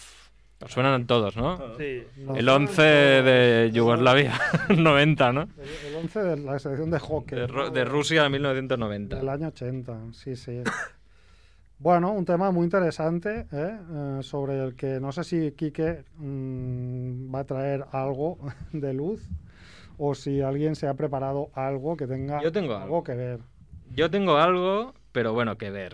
Speaker 1: Os suenan todos, ¿no?
Speaker 3: Sí.
Speaker 2: Nos-
Speaker 1: El 11 de Yugoslavia, 90, ¿no?
Speaker 2: El 11 de la selección de hockey.
Speaker 1: De, Ru-
Speaker 2: ¿no?
Speaker 1: de Rusia de 1990.
Speaker 2: Del año 80, sí, sí. bueno, un tema muy interesante ¿eh? Eh, sobre el que no sé si Quique mm, va a traer algo de luz o si alguien se ha preparado algo que tenga
Speaker 1: Yo tengo algo.
Speaker 2: que ver.
Speaker 1: Yo tengo algo, pero bueno, que ver.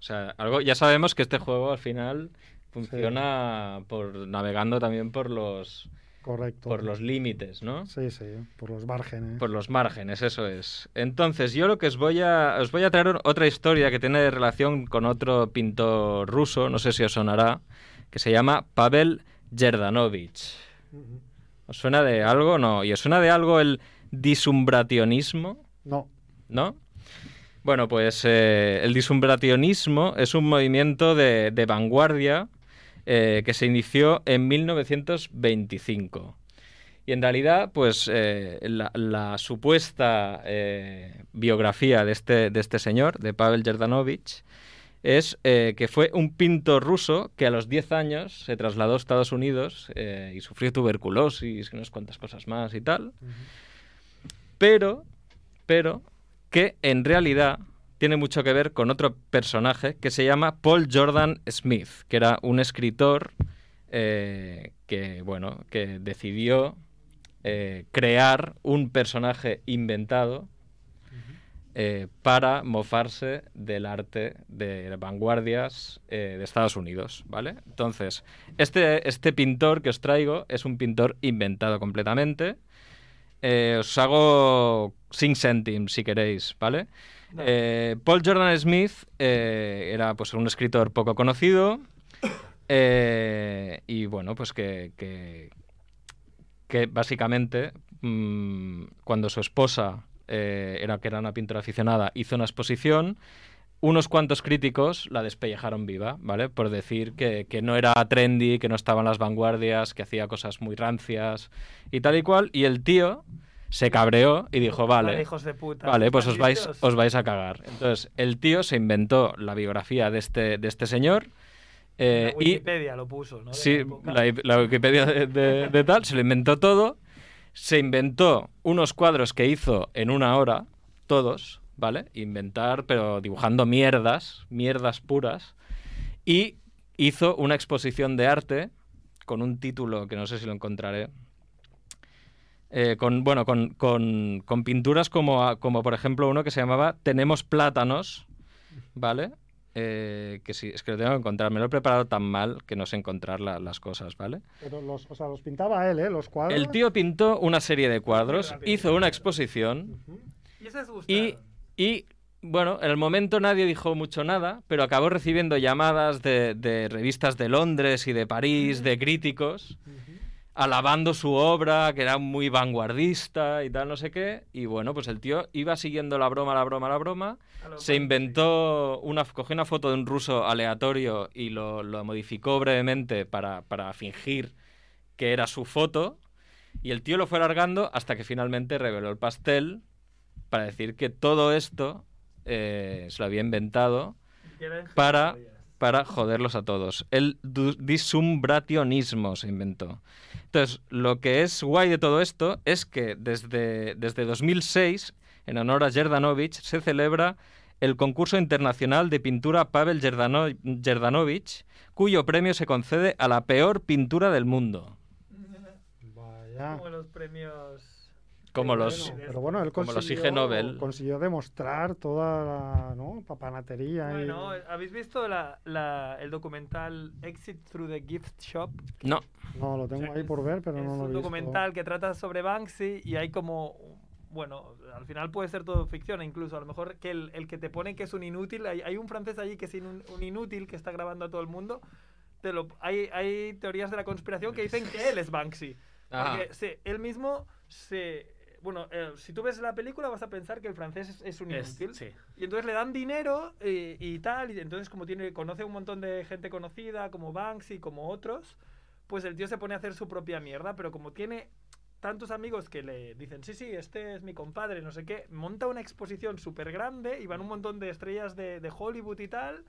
Speaker 1: O sea, algo, ya sabemos que este juego al final funciona por navegando también por los
Speaker 2: Correcto.
Speaker 1: por los límites, ¿no?
Speaker 2: Sí, sí, por los márgenes.
Speaker 1: Por los márgenes, eso es. Entonces, yo lo que os voy a os voy a traer otra historia que tiene relación con otro pintor ruso, no sé si os sonará, que se llama Pavel Yerdanovich.
Speaker 2: Ujú.
Speaker 1: ¿Os suena de algo? No. ¿Y os suena de algo el disumbrationismo?
Speaker 2: No,
Speaker 1: ¿no? Bueno, pues eh, el disumbrationismo es un movimiento de, de vanguardia eh, que se inició en 1925. Y en realidad, pues eh, la, la supuesta eh, biografía de este, de este señor, de Pavel Yerdanovich, es eh, que fue un pintor ruso que a los 10 años se trasladó a Estados Unidos eh, y sufrió tuberculosis y unas cuantas cosas más y tal. Pero, pero, que en realidad tiene mucho que ver con otro personaje que se llama Paul Jordan Smith, que era un escritor eh, que, bueno, que decidió eh, crear un personaje inventado eh, para mofarse del arte de vanguardias eh, de Estados Unidos, ¿vale? Entonces, este, este pintor que os traigo es un pintor inventado completamente. Eh, os hago cinco céntimos si queréis, ¿vale?
Speaker 3: Dale.
Speaker 1: Eh, Paul Jordan Smith eh, era pues, un escritor poco conocido eh, y bueno, pues que, que, que básicamente mm, cuando su esposa, eh, era, que era una pintora aficionada, hizo una exposición, unos cuantos críticos la despellejaron viva, ¿vale? Por decir que, que no era trendy, que no estaba en las vanguardias, que hacía cosas muy rancias y tal y cual. Y el tío se cabreó y dijo, vale,
Speaker 3: hijos de puta.
Speaker 1: Vale, pues os
Speaker 3: ¿Están
Speaker 1: vais,
Speaker 3: listos?
Speaker 1: os vais a cagar. Entonces, el tío se inventó la biografía de este, de este señor, Eh,
Speaker 3: la
Speaker 1: y
Speaker 3: Wikipedia lo puso, ¿no? De
Speaker 1: Sí,
Speaker 3: época.
Speaker 1: la, la Wikipedia de, de- de tal, se lo inventó todo. Se inventó unos cuadros que hizo en una hora, todos, ¿vale? Inventar, pero dibujando mierdas, mierdas puras. Y hizo una exposición de arte con un título que no sé si lo encontraré. eh, con, bueno, con, con- con pinturas como, a- como, por ejemplo, uno que se llamaba Tenemos plátanos, ¿vale? Eh, que sí, es que lo tengo que encontrar. Me lo he preparado tan mal que no sé encontrar la- las cosas, ¿vale?
Speaker 2: Pero los, o sea, los pintaba él, ¿eh? Los cuadros.
Speaker 1: El tío pintó una serie de cuadros,
Speaker 5: Ah. rápido.
Speaker 1: hizo una exposición
Speaker 2: Ujú.
Speaker 3: ¿Mm? Y esas gustaron.
Speaker 1: y, y, bueno, en el momento nadie dijo mucho nada, pero acabó recibiendo llamadas de, de revistas de Londres y de París, de críticos, alabando su obra, que era muy vanguardista y tal, no sé qué. Y bueno, pues el tío iba siguiendo la broma, la broma, la broma.
Speaker 3: A lo
Speaker 1: Se
Speaker 3: mejor,
Speaker 1: inventó una, cogió una foto de un ruso aleatorio y lo, lo modificó brevemente para, para fingir que era su foto. Y el tío lo fue alargando hasta que finalmente reveló el pastel para decir que todo esto eh, se lo había inventado
Speaker 3: sí, que eran
Speaker 1: para,
Speaker 3: gilipollas.
Speaker 1: para joderlos a todos. El du- disumbrationismo se inventó. Entonces, lo que es guay de todo esto es que desde, desde 2006, en honor a Yerdanovich, se celebra el concurso internacional de pintura Pavel Yerdano- Yerdanovich, cuyo premio se concede a la peor pintura del mundo.
Speaker 2: Vaya. Ah.
Speaker 3: Como los premios...
Speaker 1: Como
Speaker 3: Qué
Speaker 1: los...
Speaker 3: bueno.
Speaker 2: Pero bueno, él
Speaker 1: Como
Speaker 2: consiguió,
Speaker 1: los IG Nobel.
Speaker 2: consiguió demostrar toda la ¿no? papanatería. y-
Speaker 3: Bueno, ¿habéis visto la, la- el documental Exit Through the Gift Shop?
Speaker 1: No,
Speaker 2: No, lo tengo ahí por ver, pero
Speaker 3: es
Speaker 2: no lo he
Speaker 3: un
Speaker 2: visto.
Speaker 3: documental que trata sobre Banksy y hay como bueno al final puede ser todo ficción e incluso a lo mejor que el, el que te pone que es un inútil hay, hay un francés allí que es inun- un, inútil que está grabando a todo el mundo te lo, hay, hay teorías de la conspiración que dicen que él es Banksy
Speaker 1: Ah.
Speaker 3: porque se- él mismo se bueno eh, si tú ves la película vas a pensar que el francés es, es un
Speaker 7: Es-
Speaker 3: inútil
Speaker 7: sí.
Speaker 3: y entonces le dan dinero eh, y, tal, y entonces como tiene, conoce un montón de gente conocida, como Banksy, como otros, pues el tío se pone a hacer su propia mierda, pero como tiene tantos amigos que le dicen, sí, sí, este es mi compadre, no sé qué, monta una exposición súper grande y van un montón de estrellas de, de Hollywood y tal,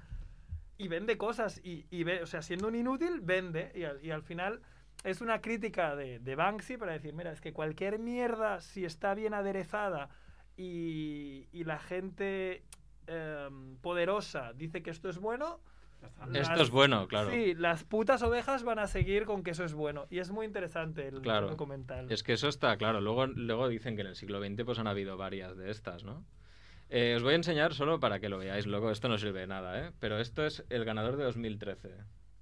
Speaker 3: y vende cosas, y, y ve, o sea, siendo un inútil, vende, y al, y al final... Es una crítica de, de Banksy para decir, mira, es que cualquier mierda, si está bien aderezada y, y la gente em, poderosa dice que esto es bueno.
Speaker 1: esto es bueno, claro.
Speaker 3: Sí, las putas ovejas van a seguir con que eso es bueno. Y es muy interesante el
Speaker 1: Claro.
Speaker 3: documental.
Speaker 1: Es que eso está claro. Luego, luego dicen que en el siglo XX pues, han habido varias de estas, ¿no? Eh, os voy a enseñar solo para que lo veáis, luego esto no sirve de nada, ¿eh? Pero esto es el ganador de 2013.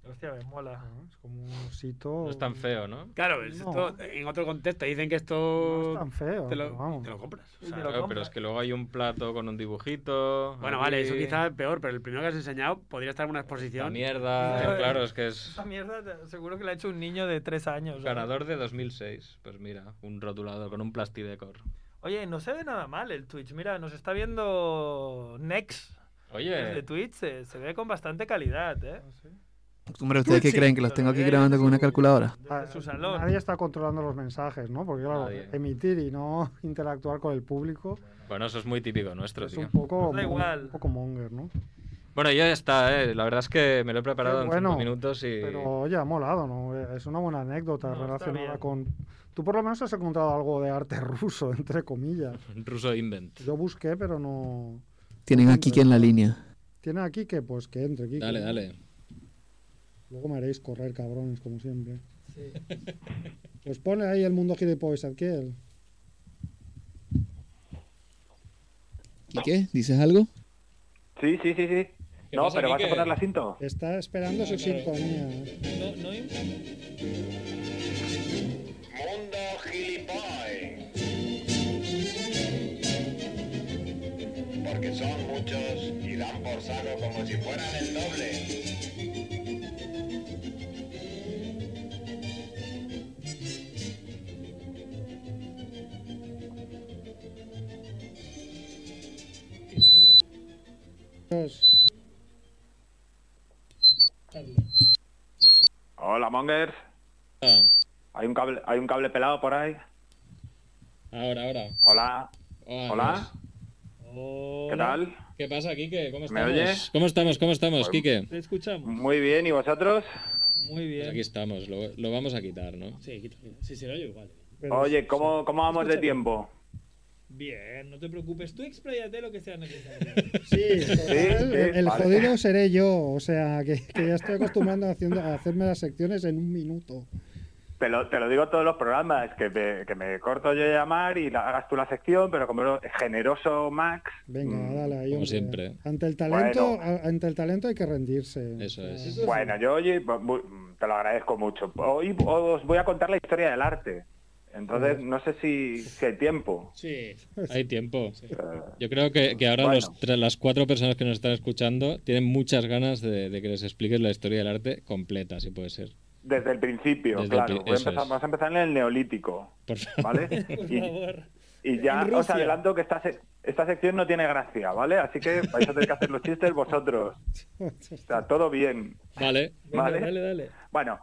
Speaker 3: Hostia, me mola.
Speaker 2: Ah, Es como un osito.
Speaker 1: No es tan feo, ¿no?
Speaker 7: Claro, es
Speaker 2: No.
Speaker 7: esto, en otro contexto dicen que
Speaker 2: No
Speaker 7: esto
Speaker 2: es tan feo.
Speaker 7: te,
Speaker 2: pero
Speaker 7: lo,
Speaker 2: vamos.
Speaker 7: te lo compras. O
Speaker 3: Sí, te
Speaker 7: sea,
Speaker 3: lo
Speaker 1: Claro, pero
Speaker 3: compras.
Speaker 1: es que luego hay un plato con un dibujito.
Speaker 7: bueno,
Speaker 1: aquí,
Speaker 7: vale, eso quizás es peor, pero el primero que has enseñado podría estar en una
Speaker 1: La
Speaker 7: exposición.
Speaker 1: mierda,
Speaker 3: Claro.
Speaker 1: claro, es que es
Speaker 3: Esa mierda te- seguro que la ha hecho un niño de tres años. ¿eh? ¿no?
Speaker 1: ganador de 2006. Pues mira, un rotulador con un plastidecor.
Speaker 3: Oye, no se ve nada mal el Twitch. Mira, nos está viendo Nex. Desde
Speaker 1: Oye,
Speaker 3: Twitch se, se ve con bastante calidad, ¿eh?
Speaker 6: Hombre, ¿ustedes qué creen? ¿Que los tengo aquí grabando con una calculadora?
Speaker 2: Ah,
Speaker 3: Desde su salón.
Speaker 2: Nadie está controlando los mensajes, ¿no? Porque claro,
Speaker 1: Nadie.
Speaker 2: emitir y no interactuar con el público
Speaker 1: bueno, eso es muy típico nuestro,
Speaker 2: es
Speaker 1: tío.
Speaker 2: un poco,
Speaker 3: Pues da
Speaker 2: mon-
Speaker 3: igual.
Speaker 2: un poco monger, ¿no?
Speaker 1: Bueno, ya está, ¿eh? La verdad es que me lo he preparado
Speaker 2: Qué
Speaker 1: en
Speaker 2: bueno,
Speaker 1: cinco minutos y...
Speaker 2: Pero oye, ha molado, ¿no? Eh, Es una buena anécdota
Speaker 3: No, está bien.
Speaker 2: relacionada con... Tú por lo menos has encontrado algo de arte ruso, entre comillas.
Speaker 1: Ruso Invent.
Speaker 2: Yo busqué, pero no...
Speaker 6: Tienen a Kike en la línea.
Speaker 2: ¿Tiene aquí que Pues que entre, Kike.
Speaker 1: Dale, dale.
Speaker 2: Luego me haréis correr, cabrones, como siempre. Pues pone ahí el mundo gilipollez, Adquiel.
Speaker 6: ¿Quique? ¿Dices algo?
Speaker 8: Sí, sí, sí, sí.
Speaker 1: ¿Qué
Speaker 8: No,
Speaker 1: pasa,
Speaker 8: pero vas a
Speaker 1: Quique?
Speaker 8: poner la cinta.
Speaker 2: Está esperando su sintonía. ¿eh?
Speaker 9: Porque son muchos y dan por saco como si fueran el doble.
Speaker 2: Pues,
Speaker 8: Hola, Mongers.
Speaker 1: Ah,
Speaker 8: Hay un cable, hay un cable pelado por ahí.
Speaker 1: ahora, ahora.
Speaker 8: Hola.
Speaker 1: Ah,
Speaker 8: Hola.
Speaker 1: Dios.
Speaker 7: Oh,
Speaker 8: ¿Qué tal?
Speaker 1: ¿Qué pasa, Quique? ¿Cómo
Speaker 8: ¿Me
Speaker 1: pues estamos?
Speaker 8: oyes?
Speaker 1: ¿Cómo estamos? ¿Cómo estamos,
Speaker 8: Pues-
Speaker 1: Quique?
Speaker 7: Te escuchamos.
Speaker 8: Muy bien, ¿y vosotros?
Speaker 7: Muy
Speaker 1: Pues
Speaker 7: bien.
Speaker 1: aquí estamos, lo, lo vamos a quitar, ¿no?
Speaker 7: Sí, quita, quita. Sí, se lo oye igual.
Speaker 2: Pero-
Speaker 8: Oye, ¿cómo, cómo vamos de
Speaker 7: Escúchame.
Speaker 8: tiempo?
Speaker 7: Bien, no te preocupes. Tú expláyate lo que sea necesario.
Speaker 2: Sí, total,
Speaker 8: sí,
Speaker 2: el, el
Speaker 8: vale.
Speaker 2: jodido seré yo, o sea, que, que ya estoy acostumbrando a, haciendo- a hacerme las secciones en un minuto.
Speaker 8: Te lo, te lo digo todos los programas, que me, que me corto yo a llamar y la, hagas tú la sección, pero como eres generoso Max...
Speaker 2: Venga,
Speaker 8: mm,
Speaker 2: dale ahí.
Speaker 1: como
Speaker 2: hombre.
Speaker 1: siempre.
Speaker 2: Ante el talento,
Speaker 8: Bueno.
Speaker 2: a- ante el talento hay que rendirse.
Speaker 1: Eso es.
Speaker 2: O sea,
Speaker 8: Bueno, yo oye, bu- bu- te lo agradezco mucho. Hoy os voy a contar la historia del arte. Entonces, no sé si, si hay tiempo.
Speaker 7: Sí.
Speaker 1: Hay tiempo.
Speaker 8: Eh,
Speaker 1: Yo creo que, que ahora
Speaker 8: Bueno.
Speaker 1: los tres- las cuatro personas que nos están escuchando tienen muchas ganas de, de que les expliques la historia del arte completa, si puede ser.
Speaker 8: Desde el principio,
Speaker 1: Desde el
Speaker 8: claro.
Speaker 1: pri-
Speaker 8: Voy a
Speaker 1: eso
Speaker 8: empezar-
Speaker 1: es.
Speaker 8: Vamos a empezar en el neolítico,
Speaker 1: Por favor.
Speaker 8: ¿vale?
Speaker 7: Por
Speaker 8: Y,
Speaker 7: favor.
Speaker 8: y ya
Speaker 7: En
Speaker 8: os
Speaker 7: Rusia.
Speaker 8: adelanto que esta, se- esta sección no tiene gracia, ¿vale? Así que vais a tener que hacer los chistes vosotros. O sea, todo bien,
Speaker 1: Vale.
Speaker 7: Venga,
Speaker 8: ¿vale?
Speaker 7: Dale, dale.
Speaker 8: Bueno,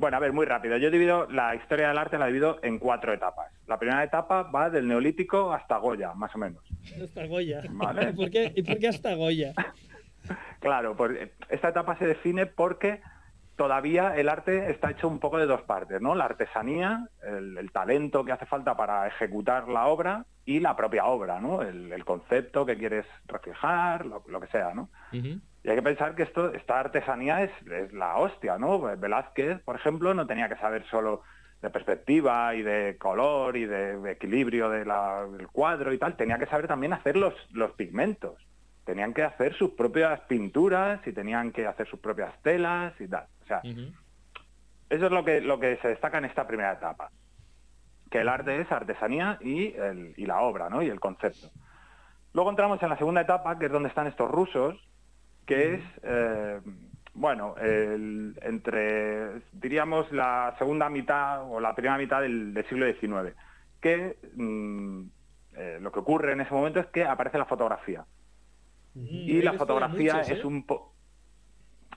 Speaker 8: bueno, a ver, muy rápido. Yo divido la historia del arte la divido en cuatro etapas. La primera etapa va del neolítico hasta Goya, más o menos.
Speaker 7: Hasta Goya.
Speaker 8: Vale.
Speaker 7: ¿Y por qué, y por qué hasta Goya?
Speaker 8: Claro, pues eh, esta etapa se define porque todavía el arte está hecho un poco de dos partes, ¿no? La artesanía, el, el talento que hace falta para ejecutar la obra y la propia obra, ¿no? El, el concepto que quieres reflejar, lo, lo que sea, ¿no?
Speaker 1: Ujú.
Speaker 8: Y hay que pensar que esto, esta artesanía es, es la hostia, ¿no? Velázquez, por ejemplo, no tenía que saber solo de perspectiva y de color y de, de equilibrio de la- del cuadro y tal, tenía que saber también hacer los, los pigmentos. Tenían que hacer sus propias pinturas y tenían que hacer sus propias telas y tal. O sea,
Speaker 1: Ujú.
Speaker 8: eso es lo que, lo que se destaca en esta primera etapa. Que el arte es artesanía y, el- y la obra, ¿no? Y el concepto. Luego entramos en la segunda etapa, que es donde están estos rusos, que es, eh, bueno, el- entre, diríamos, la segunda mitad o la primera mitad del, del siglo XIX, que mm, eh, lo que ocurre en ese momento es que aparece la fotografía.
Speaker 3: Mm,
Speaker 8: Y
Speaker 7: Mm,
Speaker 8: la fotografía
Speaker 3: ¿eh?
Speaker 8: es un po-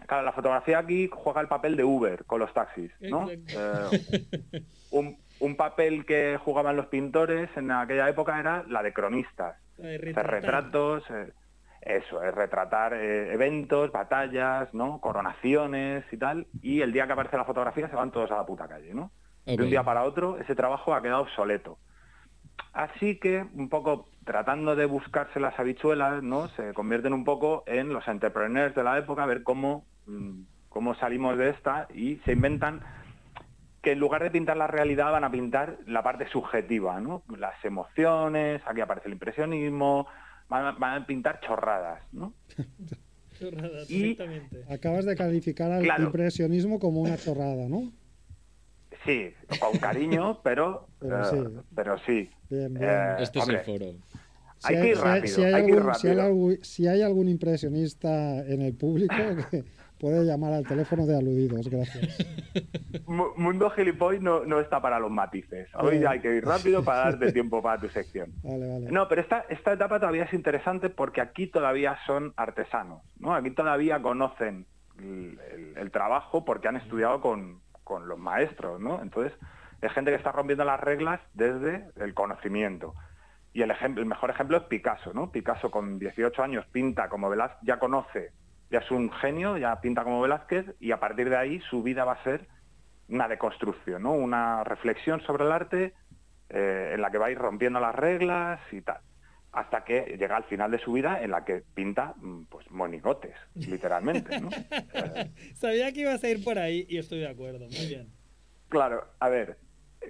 Speaker 8: Claro, la fotografía aquí juega el papel de Uber con los taxis, ¿no? Eh, un, un papel que jugaban los pintores en aquella época era la de cronistas.
Speaker 7: ¿eh?
Speaker 8: O sea, retratos, eh, eso, es retratar eh, eventos, batallas, ¿no? Coronaciones y tal. Y el día que aparece la fotografía se van todos a la puta calle, ¿no?
Speaker 1: Ok.
Speaker 8: De un día para otro ese trabajo ha quedado obsoleto. Así que un poco tratando de buscarse las habichuelas, ¿no? Se convierten un poco en los entrepreneurs de la época, a ver cómo, mm, cómo salimos de esta y se inventan que en lugar de pintar la realidad van a pintar la parte subjetiva, ¿no? Las emociones, aquí aparece el impresionismo, van a, van a pintar chorradas, ¿no?
Speaker 7: Chorrada,
Speaker 8: Y-
Speaker 7: perfectamente.
Speaker 2: Acabas de calificar al
Speaker 8: Claro.
Speaker 2: impresionismo como una chorrada, ¿no?
Speaker 8: Sí, con cariño, pero,
Speaker 2: Pero
Speaker 8: eh,
Speaker 2: sí.
Speaker 8: pero sí.
Speaker 2: Bien, bien.
Speaker 8: Eh,
Speaker 1: Este es
Speaker 8: hombre,
Speaker 1: el foro.
Speaker 8: Hay que ir rápido,
Speaker 2: si hay
Speaker 8: hay que ir
Speaker 2: algún- si hay
Speaker 8: rápido.
Speaker 2: algún- si hay algún impresionista en el público, que puede llamar al teléfono de aludidos, gracias.
Speaker 8: Mu- Mundo Gilipoll no, no está para los matices. Hoy
Speaker 2: Bien.
Speaker 8: hay que ir rápido para darte tiempo para tu sección.
Speaker 2: Vale, vale.
Speaker 8: No, pero esta, esta etapa todavía es interesante porque aquí todavía son artesanos, ¿no? Aquí todavía conocen el, el- el trabajo porque han estudiado con, con los maestros, ¿no? Entonces, es gente que está rompiendo las reglas desde el conocimiento. Y el, ejemplo, el mejor ejemplo es Picasso, ¿no? Picasso con 18 años pinta como Velázquez, ya conoce, ya es un genio, ya pinta como Velázquez y a partir de ahí su vida va a ser una deconstrucción, ¿no? Una reflexión sobre el arte eh, en la que va a ir rompiendo las reglas y tal. Hasta que llega al final de su vida en la que pinta mm, pues monigotes, literalmente, ¿no? Eh,
Speaker 7: Sabía que ibas a ir por ahí y estoy de acuerdo. Muy bien.
Speaker 8: Claro, a ver,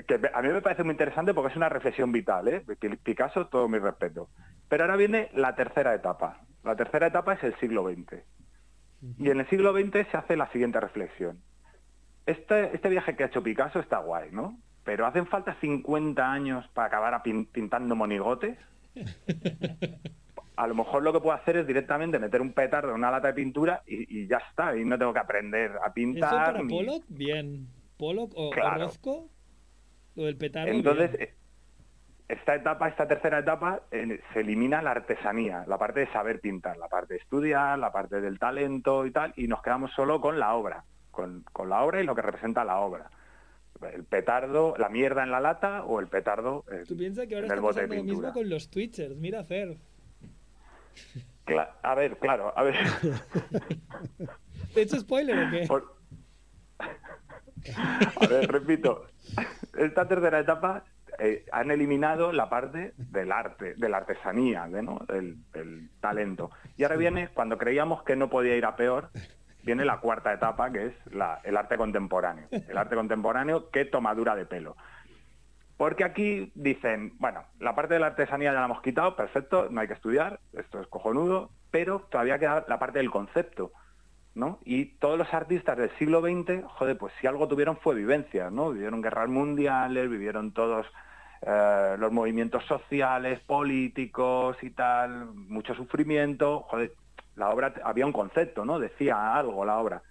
Speaker 8: que me- a mí me parece muy interesante porque es una reflexión vital, ¿eh? Pi- Picasso, todo mi respeto. Pero ahora viene la tercera etapa. La tercera etapa es el siglo XX. Y en el siglo XX se hace la siguiente reflexión. Este, este viaje que ha hecho Picasso está guay, ¿no? Pero ¿hacen falta 50 años para acabar a pin- pintando monigotes? A lo mejor lo que puedo hacer es directamente meter un petardo en una lata de pintura y, y ya está, y no tengo que aprender a
Speaker 7: ¿Eso
Speaker 8: pintar.
Speaker 7: para
Speaker 8: ni-
Speaker 7: Pollock? Bien. ¿Pollock o, o
Speaker 8: Claro.
Speaker 7: Rozco? Lo del petardo.
Speaker 8: Entonces,
Speaker 7: bien.
Speaker 8: eh, esta etapa, esta tercera etapa, eh, se elimina la artesanía, la parte de saber pintar, la parte de estudiar, la parte del talento y tal, y nos quedamos solo con la obra, con, con la obra y lo que representa la obra. El petardo, la mierda en la lata o el petardo eh,
Speaker 7: Tú piensas que ahora
Speaker 8: en el
Speaker 7: está
Speaker 8: bote de
Speaker 7: pasando lo
Speaker 8: pintura.
Speaker 7: mismo con los Twitchers. Mira, Fer.
Speaker 8: Cla- a ver, claro, a ver.
Speaker 10: ¿Te he hecho spoiler o qué?
Speaker 8: Por- A ver, repito, esta tercera etapa eh, han eliminado la parte del arte, de la artesanía, de, ¿no? del, del talento. Y ahora viene, cuando creíamos que no podía ir a peor, viene la cuarta etapa, que es la- el arte contemporáneo. El arte contemporáneo, qué tomadura de pelo. Porque aquí dicen, bueno, la parte de la artesanía ya la hemos quitado, perfecto, no hay que estudiar, esto es cojonudo, pero todavía queda la parte del concepto. ¿no? Y todos los artistas del siglo XX, joder, pues si algo tuvieron fue vivencias, ¿no? Vivieron guerras mundiales, vivieron todos eh, los movimientos sociales, políticos y tal, mucho sufrimiento, joder, la obra, había un concepto, ¿no? Decía algo la obra.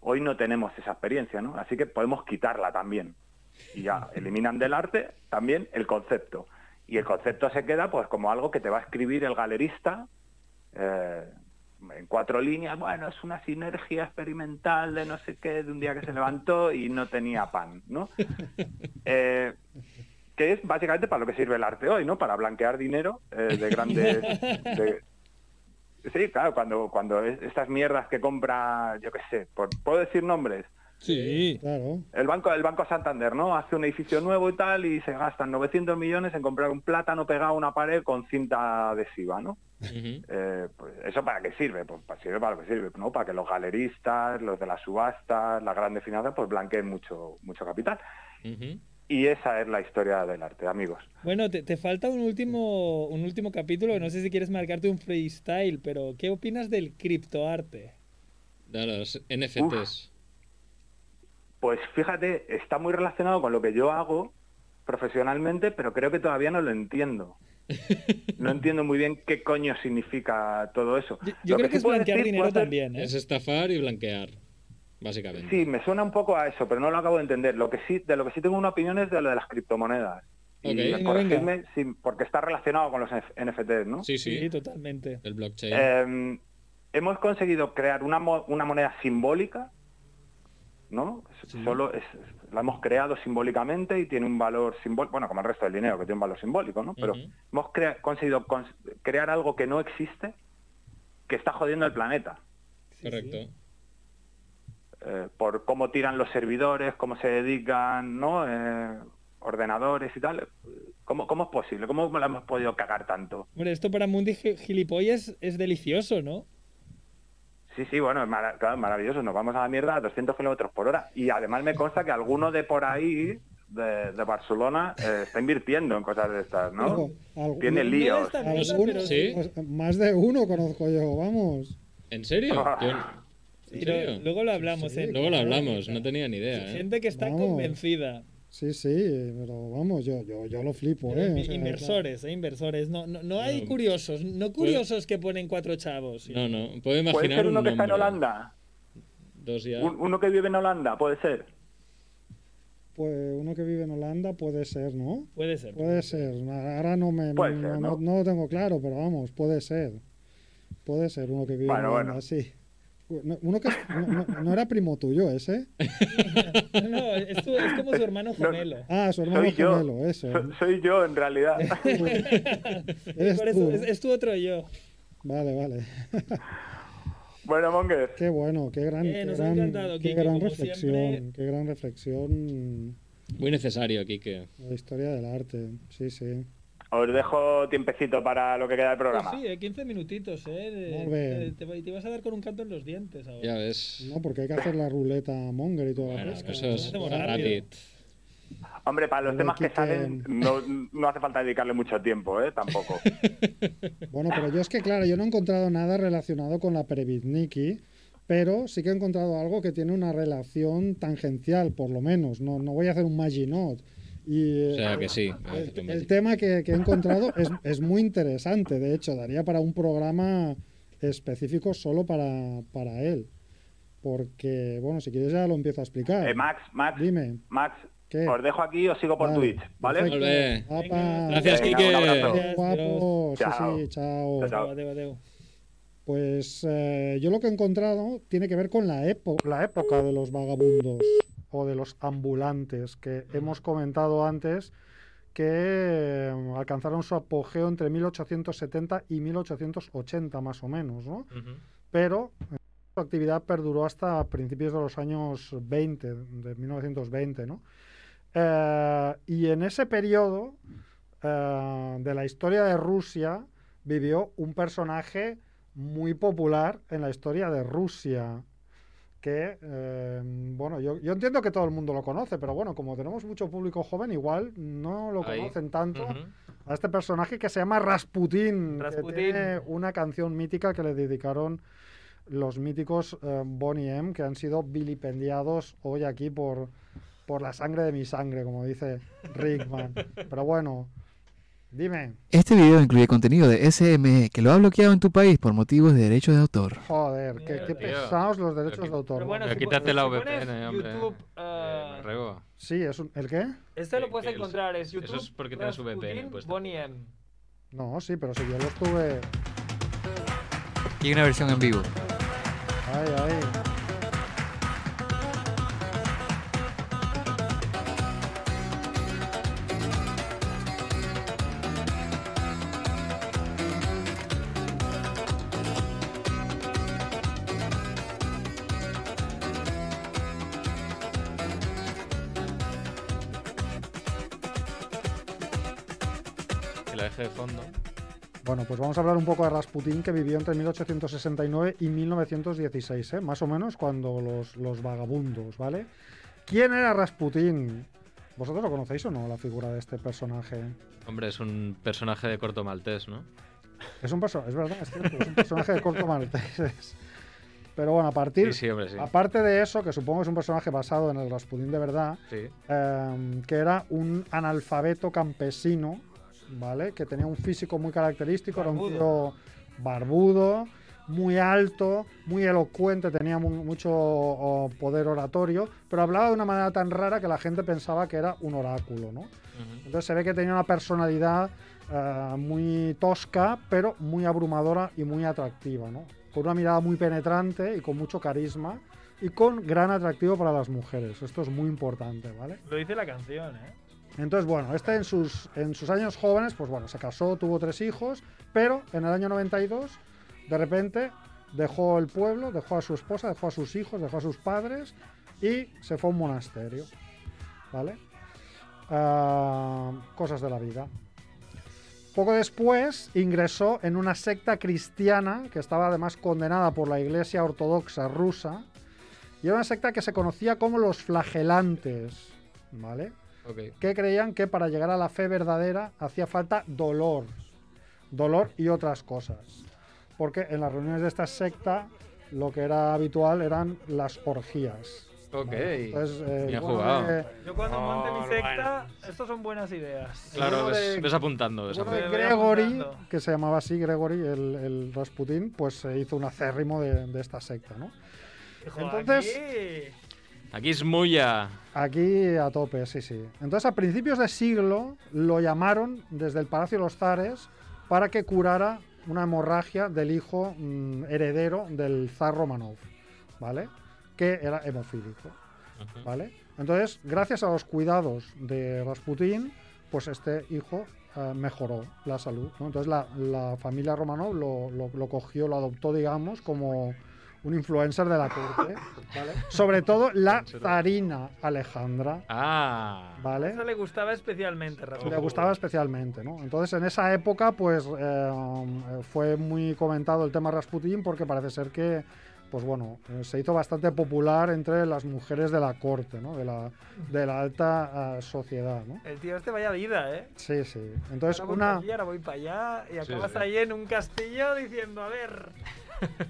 Speaker 8: Hoy no tenemos esa experiencia, ¿no? Así que podemos quitarla también. Y ya, eliminan del arte también el concepto. Y el concepto se queda pues como algo que te va a escribir el galerista eh, en cuatro líneas, bueno, es una sinergia experimental de no sé qué, de un día que se levantó y no tenía pan, ¿no? Eh, que es básicamente para lo que sirve el arte hoy, ¿no? Para blanquear dinero eh, de grandes... de- Sí, claro, cuando, cuando es- estas mierdas que compra, yo qué sé, por- puedo decir nombres,
Speaker 10: Sí.
Speaker 2: Claro.
Speaker 8: el banco, el banco Santander, ¿no? Hace un edificio nuevo y tal y se gastan 900 millones en comprar un plátano pegado a una pared con cinta adhesiva, ¿no? Eh, pues, ¿Eso para qué sirve? Pues pa- sirve para lo que sirve, ¿no? Para que los galeristas, los de las subastas, las grandes finanzas, pues blanqueen mucho, mucho capital. Y esa es la historia del arte, amigos.
Speaker 10: Bueno, te, te falta un último, un último capítulo. No sé si quieres marcarte un freestyle, pero ¿qué opinas del criptoarte?
Speaker 1: De los NFTs.
Speaker 8: Pues fíjate, está muy relacionado con lo que yo hago profesionalmente, pero creo que todavía no lo entiendo. No entiendo muy bien qué coño significa todo eso.
Speaker 10: Yo, yo
Speaker 8: Lo
Speaker 10: creo
Speaker 8: sí
Speaker 10: que es
Speaker 8: puedo
Speaker 10: blanquear
Speaker 8: decir,
Speaker 10: dinero
Speaker 8: puedo hacer-
Speaker 10: también, ¿eh?
Speaker 1: Es estafar y blanquear, básicamente.
Speaker 8: Sí, me suena un poco a eso, pero no lo acabo de entender. Lo que sí, de lo que sí tengo una opinión es de lo de las criptomonedas.
Speaker 1: Ok,
Speaker 8: Y
Speaker 1: venga,
Speaker 8: corregidme si- porque está relacionado con los F- NFTs, ¿no?
Speaker 1: Sí,
Speaker 10: Sí,
Speaker 1: sí.
Speaker 10: totalmente.
Speaker 1: El blockchain.
Speaker 8: Eh, hemos conseguido crear una, mo- una moneda simbólica, ¿no? S- Solo es- la hemos creado simbólicamente y tiene un valor simbólico, bueno, como el resto del dinero, que tiene un valor simbólico, ¿no? Pero
Speaker 1: Ujú.
Speaker 8: hemos crea- conseguido cons- crear algo que no existe, que está jodiendo el planeta.
Speaker 1: Correcto.
Speaker 8: eh, por cómo tiran los servidores, cómo se dedican, ¿no? Eh, ordenadores y tal. ¿Cómo, ¿Cómo es posible? ¿Cómo la hemos podido cagar tanto?
Speaker 10: Hombre, esto para Mundi Gi- Gilipollas es delicioso, ¿no?
Speaker 8: Sí, sí, bueno, es mara- claro, maravilloso. Nos vamos a la mierda a 200 kilómetros por hora. Y además me consta que alguno de por ahí, de, de Barcelona, eh, está invirtiendo en cosas de estas, ¿no?
Speaker 2: Ojo, algún-
Speaker 8: Tiene
Speaker 10: No era
Speaker 8: líos.
Speaker 10: esta
Speaker 2: alguno-
Speaker 10: mierda, pero
Speaker 1: Sí.
Speaker 2: pues, más de uno conozco yo, vamos.
Speaker 1: ¿En serio? Yo-
Speaker 10: sí,
Speaker 1: ¿En serio?
Speaker 10: lo- luego lo hablamos.
Speaker 2: Sí,
Speaker 10: ¿eh?
Speaker 1: Luego lo hablamos, no tenía ni idea. ¿eh?
Speaker 10: Gente que está
Speaker 2: Vamos.
Speaker 10: convencida.
Speaker 2: Sí, sí, pero vamos, yo, yo, yo lo flipo, ¿eh? O sea,
Speaker 10: Inversores, eh, inversores. No, no, no hay
Speaker 1: No.
Speaker 10: curiosos. No curiosos que ponen cuatro chavos. sino-
Speaker 1: No, no, puedo imaginar
Speaker 8: Puede ser uno
Speaker 1: un
Speaker 8: que está en
Speaker 1: nombre.
Speaker 8: Holanda.
Speaker 1: Dos ya.
Speaker 8: Un- uno que vive en Holanda, puede ser.
Speaker 2: Pues uno que vive en Holanda puede ser, ¿no?
Speaker 10: Puede ser.
Speaker 2: Puede ser. Ahora no me
Speaker 8: Puede
Speaker 2: no,
Speaker 8: ser, ¿no?
Speaker 2: no- no lo tengo claro, pero vamos, puede ser. Puede ser uno que vive
Speaker 8: Bueno,
Speaker 2: en Holanda,
Speaker 8: bueno.
Speaker 2: sí. No- Uno que no, no- no era primo tuyo ese.
Speaker 10: No, no, es, tu- es como su hermano gemelo.
Speaker 2: Ah, su hermano
Speaker 8: Soy yo.
Speaker 2: gemelo, ¿eh? eso.
Speaker 8: So- soy yo, en realidad.
Speaker 2: Eres
Speaker 10: Por eso,
Speaker 2: tú.
Speaker 10: es, es tu otro yo.
Speaker 2: Vale, vale.
Speaker 8: bueno, Monger.
Speaker 2: Qué bueno, qué gran,
Speaker 10: Eh,
Speaker 2: qué
Speaker 10: nos ha
Speaker 2: gran,
Speaker 10: encantado,
Speaker 2: qué
Speaker 10: Kiki,
Speaker 2: gran
Speaker 10: como
Speaker 2: reflexión,
Speaker 10: siempre.
Speaker 2: qué gran reflexión
Speaker 1: Muy necesario, Kike.
Speaker 2: la historia del arte. Sí, sí.
Speaker 8: Os dejo tiempecito para lo que queda del
Speaker 10: Pues
Speaker 8: programa.
Speaker 10: sí, eh, 15 minutitos, ¿eh?
Speaker 2: Muy bien.
Speaker 10: Eh, Te, va- te vas a dar con un canto en los dientes ahora.
Speaker 1: Ya ves.
Speaker 2: No, porque hay que hacer la ruleta monger y toda la
Speaker 1: Bueno, pues,
Speaker 2: pesca.
Speaker 1: eso es
Speaker 10: Hacemos
Speaker 1: rapid.
Speaker 8: Hombre, para los
Speaker 2: Pero
Speaker 8: temas que
Speaker 2: Quique-
Speaker 8: salen no, no hace falta dedicarle mucho tiempo, ¿eh? Tampoco.
Speaker 1: eh.
Speaker 2: Bueno, pero yo es que, claro, yo no he encontrado nada relacionado con la Perebizniki, pero sí que he encontrado algo que tiene una relación tangencial, por lo menos. No, no voy a hacer un Maginot. Y,
Speaker 1: O sea
Speaker 2: eh,
Speaker 1: que sí.
Speaker 2: el, el tema que, que he encontrado es, es muy interesante, de hecho, daría para un programa específico solo para, para él. Porque, bueno, si quieres ya lo empiezo a explicar.
Speaker 8: Eh, Max, Max,
Speaker 2: Dime.
Speaker 8: Max,
Speaker 2: ¿Qué?
Speaker 8: os dejo aquí, os sigo por
Speaker 2: Vale,
Speaker 8: Twitch, ¿vale?
Speaker 2: perfecto.
Speaker 1: Vale.
Speaker 2: Apa.
Speaker 1: Gracias,
Speaker 8: Venga,
Speaker 1: Kike.
Speaker 8: un abrazo.
Speaker 10: Gracias,
Speaker 2: Guapo. Sí,
Speaker 8: Chao.
Speaker 2: sí, chao.
Speaker 8: Chao, chao.
Speaker 10: Adeu, adeu, adeu.
Speaker 2: Pues eh, yo lo que he encontrado tiene que ver con la, epo- la época de los vagabundos o de los ambulantes que hemos comentado antes, que eh, alcanzaron su apogeo entre 1870 y 1880 más o menos, ¿no? Pero eh, su actividad perduró hasta principios de los años 20, de 1920, ¿no? Eh, y en ese periodo eh, de la historia de Rusia vivió un personaje muy popular en la historia de Rusia. Que, eh, bueno, yo, yo entiendo que todo el mundo lo conoce, pero bueno, como tenemos mucho público joven, igual no lo
Speaker 1: Ahí.
Speaker 2: conocen tanto
Speaker 1: Ujú.
Speaker 2: a este personaje que se llama Rasputin,
Speaker 3: Rasputín.
Speaker 2: que tiene una canción mítica que le dedicaron los míticos eh, Bonnie M, que han sido vilipendiados hoy aquí por, por la sangre de mi sangre, como dice Rickman. Pero bueno, dime,
Speaker 6: Este video incluye contenido de SME que lo ha bloqueado en tu país por motivos de derechos de autor.
Speaker 2: joder, qué, qué
Speaker 1: Tío,
Speaker 2: pesados los derechos
Speaker 1: pero
Speaker 2: de autor.
Speaker 3: Pero bueno,
Speaker 1: Pero
Speaker 3: si
Speaker 1: quítate
Speaker 3: pones-
Speaker 1: la
Speaker 3: si pones
Speaker 1: VPN, hombre.
Speaker 3: YouTube,
Speaker 1: Eh,
Speaker 3: eh,
Speaker 1: Marrego.
Speaker 2: Sí, es un, ¿el qué?
Speaker 3: este lo
Speaker 1: que-
Speaker 3: puedes
Speaker 1: que el-
Speaker 3: encontrar, es
Speaker 1: eso
Speaker 3: YouTube.
Speaker 1: es porque tienes
Speaker 3: Rasputin,
Speaker 1: VPN puesto.
Speaker 3: Bonnie M.
Speaker 2: No, sí, pero si yo lo estuve...
Speaker 6: Y una versión en vivo.
Speaker 2: Ay, ay.
Speaker 1: Que la deje de fondo.
Speaker 2: Bueno, pues vamos a hablar un poco de Rasputín, que vivió entre 1869 y 1916, ¿eh? más o menos cuando los, los vagabundos, ¿vale? ¿Quién era Rasputín? ¿Vosotros lo conocéis o no, la figura de este personaje?
Speaker 1: Hombre, es un personaje de corto maltés, ¿no?
Speaker 2: Es un personaje, es verdad, es, cierto, es un personaje de corto maltés. Pero bueno, a partir,
Speaker 1: Sí, sí, hombre,
Speaker 7: Ah.
Speaker 1: sí.
Speaker 2: aparte de eso, que supongo que es un personaje basado en el Rasputín de verdad,
Speaker 1: Sí.
Speaker 2: eh, que era un analfabeto campesino, ¿vale? Que tenía un físico muy característico, era un tío barbudo, muy alto, muy elocuente, tenía mu- mucho oh, poder oratorio, pero hablaba de una manera tan rara que la gente pensaba que era un oráculo, ¿no?
Speaker 1: Ujú.
Speaker 2: Entonces se ve que tenía una personalidad eh, muy tosca, pero muy abrumadora y muy atractiva, ¿no? Con una mirada muy penetrante y con mucho carisma y con gran atractivo para las mujeres. Esto es muy importante, ¿vale?
Speaker 3: Lo dice la canción, ¿eh?
Speaker 2: Entonces, bueno, este en sus, en sus años jóvenes, pues bueno, se casó, tuvo tres hijos, pero en el año 92, de repente, dejó el pueblo, dejó a su esposa, dejó a sus hijos, dejó a sus padres y se fue a un monasterio. ¿Vale? Ah, cosas de la vida. Poco después ingresó en una secta cristiana que estaba además condenada por la Iglesia Ortodoxa rusa y era una secta que se conocía como los flagelantes, ¿vale?
Speaker 1: Ok.
Speaker 2: que creían que para llegar a la fe verdadera hacía falta dolor, dolor y otras cosas. Porque en las reuniones de esta secta lo que era habitual eran las orgías.
Speaker 1: Ok.
Speaker 2: Entonces, eh,
Speaker 1: Bien
Speaker 2: bueno,
Speaker 1: jugado.
Speaker 2: eh,
Speaker 3: Yo cuando monte mi
Speaker 7: bueno.
Speaker 3: secta, estas son buenas ideas.
Speaker 1: Claro,
Speaker 2: uno
Speaker 1: ves,
Speaker 2: de-
Speaker 1: ves apuntando. ves
Speaker 2: pues, Bueno,
Speaker 1: apuntando.
Speaker 3: Me voy
Speaker 2: Gregory,
Speaker 3: apuntando.
Speaker 2: que se llamaba así Gregory, el, el Rasputín, pues se hizo un acérrimo de, de esta secta, ¿no?
Speaker 3: Hijo,
Speaker 2: Entonces-
Speaker 3: aquí-
Speaker 1: Aquí es Muya.
Speaker 2: Aquí a tope, sí, sí. Entonces, a principios de siglo lo llamaron desde el Palacio de los Zares para que curara una hemorragia del hijo mm, heredero del zar Romanov, ¿vale? Que era hemofílico, ¿vale? Entonces, gracias a los cuidados de Rasputín, pues este hijo eh, mejoró la salud, ¿no? Entonces, la, la familia Romanov lo, lo- lo cogió, lo adoptó, digamos, como un influencer de la corte, ¿vale? Sobre todo la zarina Alejandra,
Speaker 1: Ah.
Speaker 2: ¿vale?
Speaker 3: Esa le gustaba especialmente, Raúl.
Speaker 2: le gustaba especialmente, ¿no? Entonces en esa época pues eh, fue muy comentado el tema Rasputin porque parece ser que pues bueno, eh, se hizo bastante popular entre las mujeres de la corte, ¿no? De la, de la alta eh, sociedad, ¿no?
Speaker 3: El tío este vaya vida, ¿eh?
Speaker 2: Sí, sí. Entonces
Speaker 3: ahora voy para
Speaker 2: una,
Speaker 3: allí, ahora voy para allá y acabas
Speaker 1: sí.
Speaker 3: ahí en un castillo diciendo, a ver...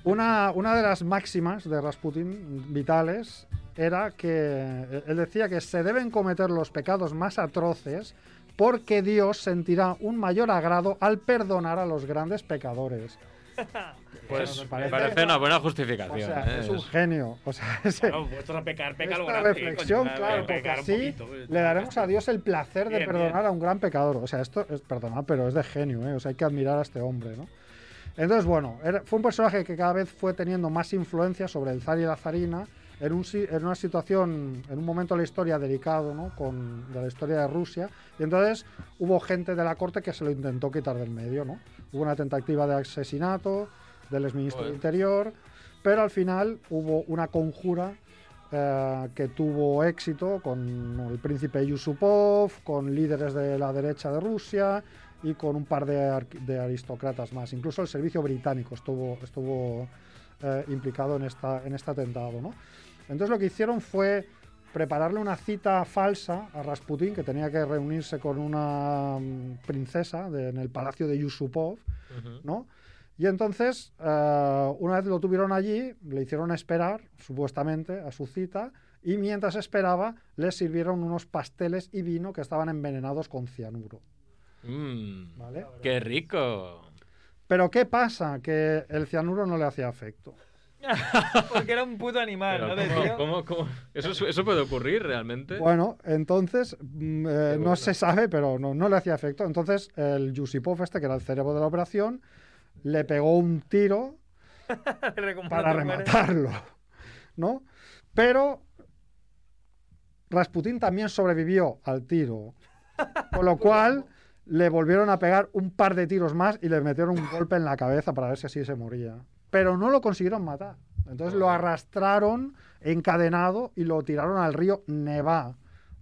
Speaker 2: una, una de las máximas de Rasputin vitales era que él decía que se deben cometer los pecados más atroces porque Dios sentirá un mayor agrado al perdonar a los grandes pecadores.
Speaker 1: Pues
Speaker 2: me
Speaker 1: me
Speaker 2: parece-
Speaker 1: parece, una buena
Speaker 2: O
Speaker 1: justificación.
Speaker 2: sea,
Speaker 1: ¿eh?
Speaker 2: es un genio. O sea, es-
Speaker 7: Claro, puestos a pecar, peca lo
Speaker 2: esta
Speaker 7: grande.
Speaker 2: reflexión,
Speaker 7: coño,
Speaker 2: claro, porque
Speaker 7: pecar un
Speaker 2: así
Speaker 7: poquito, eh,
Speaker 2: le daremos a Dios el placer de
Speaker 7: Bien,
Speaker 2: perdonar
Speaker 7: bien.
Speaker 2: a un gran pecador. O sea, esto es perdonar, pero es de genio, ¿eh? O sea, hay que admirar a este hombre, ¿no? Entonces, bueno, era- fue un personaje que cada vez fue teniendo más influencia sobre el zar y la zarina en, un, si- en una situación, en un momento de la historia delicado, ¿no? Con, de la historia de Rusia. Y entonces hubo gente de la corte que se lo intentó quitar del medio, ¿no? Hubo una tentativa de asesinato del exministro del
Speaker 1: Joder.
Speaker 2: Interior, pero al final hubo una conjura eh, que tuvo éxito con el príncipe Yusupov, con líderes de la derecha de Rusia y con un par de, ar- de aristócratas más. Incluso el servicio británico estuvo, estuvo eh, implicado en, esta, en este atentado. ¿no? Entonces lo que hicieron fue prepararle una cita falsa a Rasputin, que tenía que reunirse con una mm, princesa de- en el palacio de Yusupov, ¿no? Y entonces, eh, una vez lo tuvieron allí, le hicieron esperar, supuestamente, a su cita, y mientras esperaba, le sirvieron unos pasteles y vino que estaban envenenados con cianuro.
Speaker 1: Mm,
Speaker 2: ¿vale?
Speaker 1: ¡Qué rico!
Speaker 2: Pero ¿qué pasa? Que el cianuro no le hacía afecto.
Speaker 3: Porque era un puto
Speaker 2: Ah,
Speaker 3: animal,
Speaker 1: Pero
Speaker 3: ¿no? Del tío.
Speaker 1: ¿cómo- cómo- cómo? ¿Eso, su- eso puede ocurrir realmente?
Speaker 2: Bueno, entonces, mm, eh, no se sabe, pero no, no le hacía efecto. Entonces, el Yusipov, este que era el cerebro de la operación, le pegó un tiro
Speaker 3: Era como
Speaker 2: para
Speaker 3: una tormenta.
Speaker 2: rematarlo, ¿no? Pero Rasputín también sobrevivió al tiro, con lo cual le volvieron a pegar un par de tiros más y le metieron un golpe en la cabeza para ver si así se moría. Pero no lo consiguieron matar. Entonces lo arrastraron encadenado y lo tiraron al río Nevá,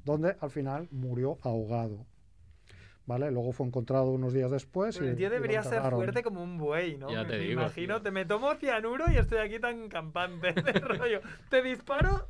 Speaker 2: donde al final murió ahogado. ¿Vale? Luego fue encontrado unos días después.
Speaker 3: Pero
Speaker 2: y-
Speaker 3: el tío
Speaker 2: y lo
Speaker 3: debería ser
Speaker 2: enterraron.
Speaker 3: fuerte como un buey, ¿no?
Speaker 1: Ya
Speaker 3: Me-
Speaker 1: te
Speaker 3: me
Speaker 1: digo,
Speaker 3: Imagino, te me tomo cianuro y estoy aquí tan campante de rollo. ¿Te disparo?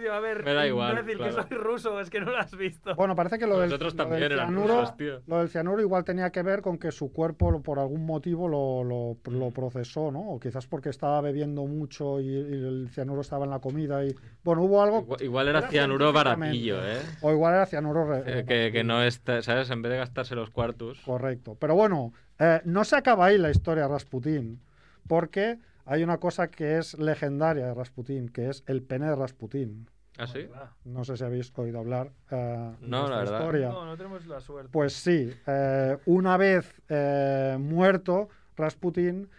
Speaker 3: Digo, a ver,
Speaker 1: Me da igual,
Speaker 3: no decir
Speaker 1: claro.
Speaker 3: que soy ruso, es que no lo has visto.
Speaker 2: Bueno, parece que lo del,
Speaker 1: Nosotros
Speaker 2: lo del
Speaker 1: también eran
Speaker 2: cianuro,
Speaker 1: rusos, tío.
Speaker 2: lo del cianuro igual tenía que ver con que su cuerpo lo- por algún motivo lo, lo-
Speaker 1: Mm.
Speaker 2: lo procesó, ¿no? O quizás porque estaba bebiendo mucho y, y el cianuro estaba en la comida y... Bueno, hubo algo...
Speaker 1: Igual, igual era cianuro baratillo, ¿eh?
Speaker 2: O igual era cianuro... re-
Speaker 1: Eh, Que, que no está, ¿sabes? En vez de gastarse los cuartos.
Speaker 2: Correcto. Pero bueno, eh, no se acaba ahí la historia de Rasputín, porque hay una cosa que es legendaria de Rasputín, que es el pene de Rasputín.
Speaker 1: ¿Ah, sí?
Speaker 2: No sé si habéis oído hablar eh, de
Speaker 1: No, la
Speaker 2: esta
Speaker 1: verdad.
Speaker 2: historia.
Speaker 3: No, no tenemos la suerte.
Speaker 2: Pues sí, eh, una vez eh, muerto Rasputin,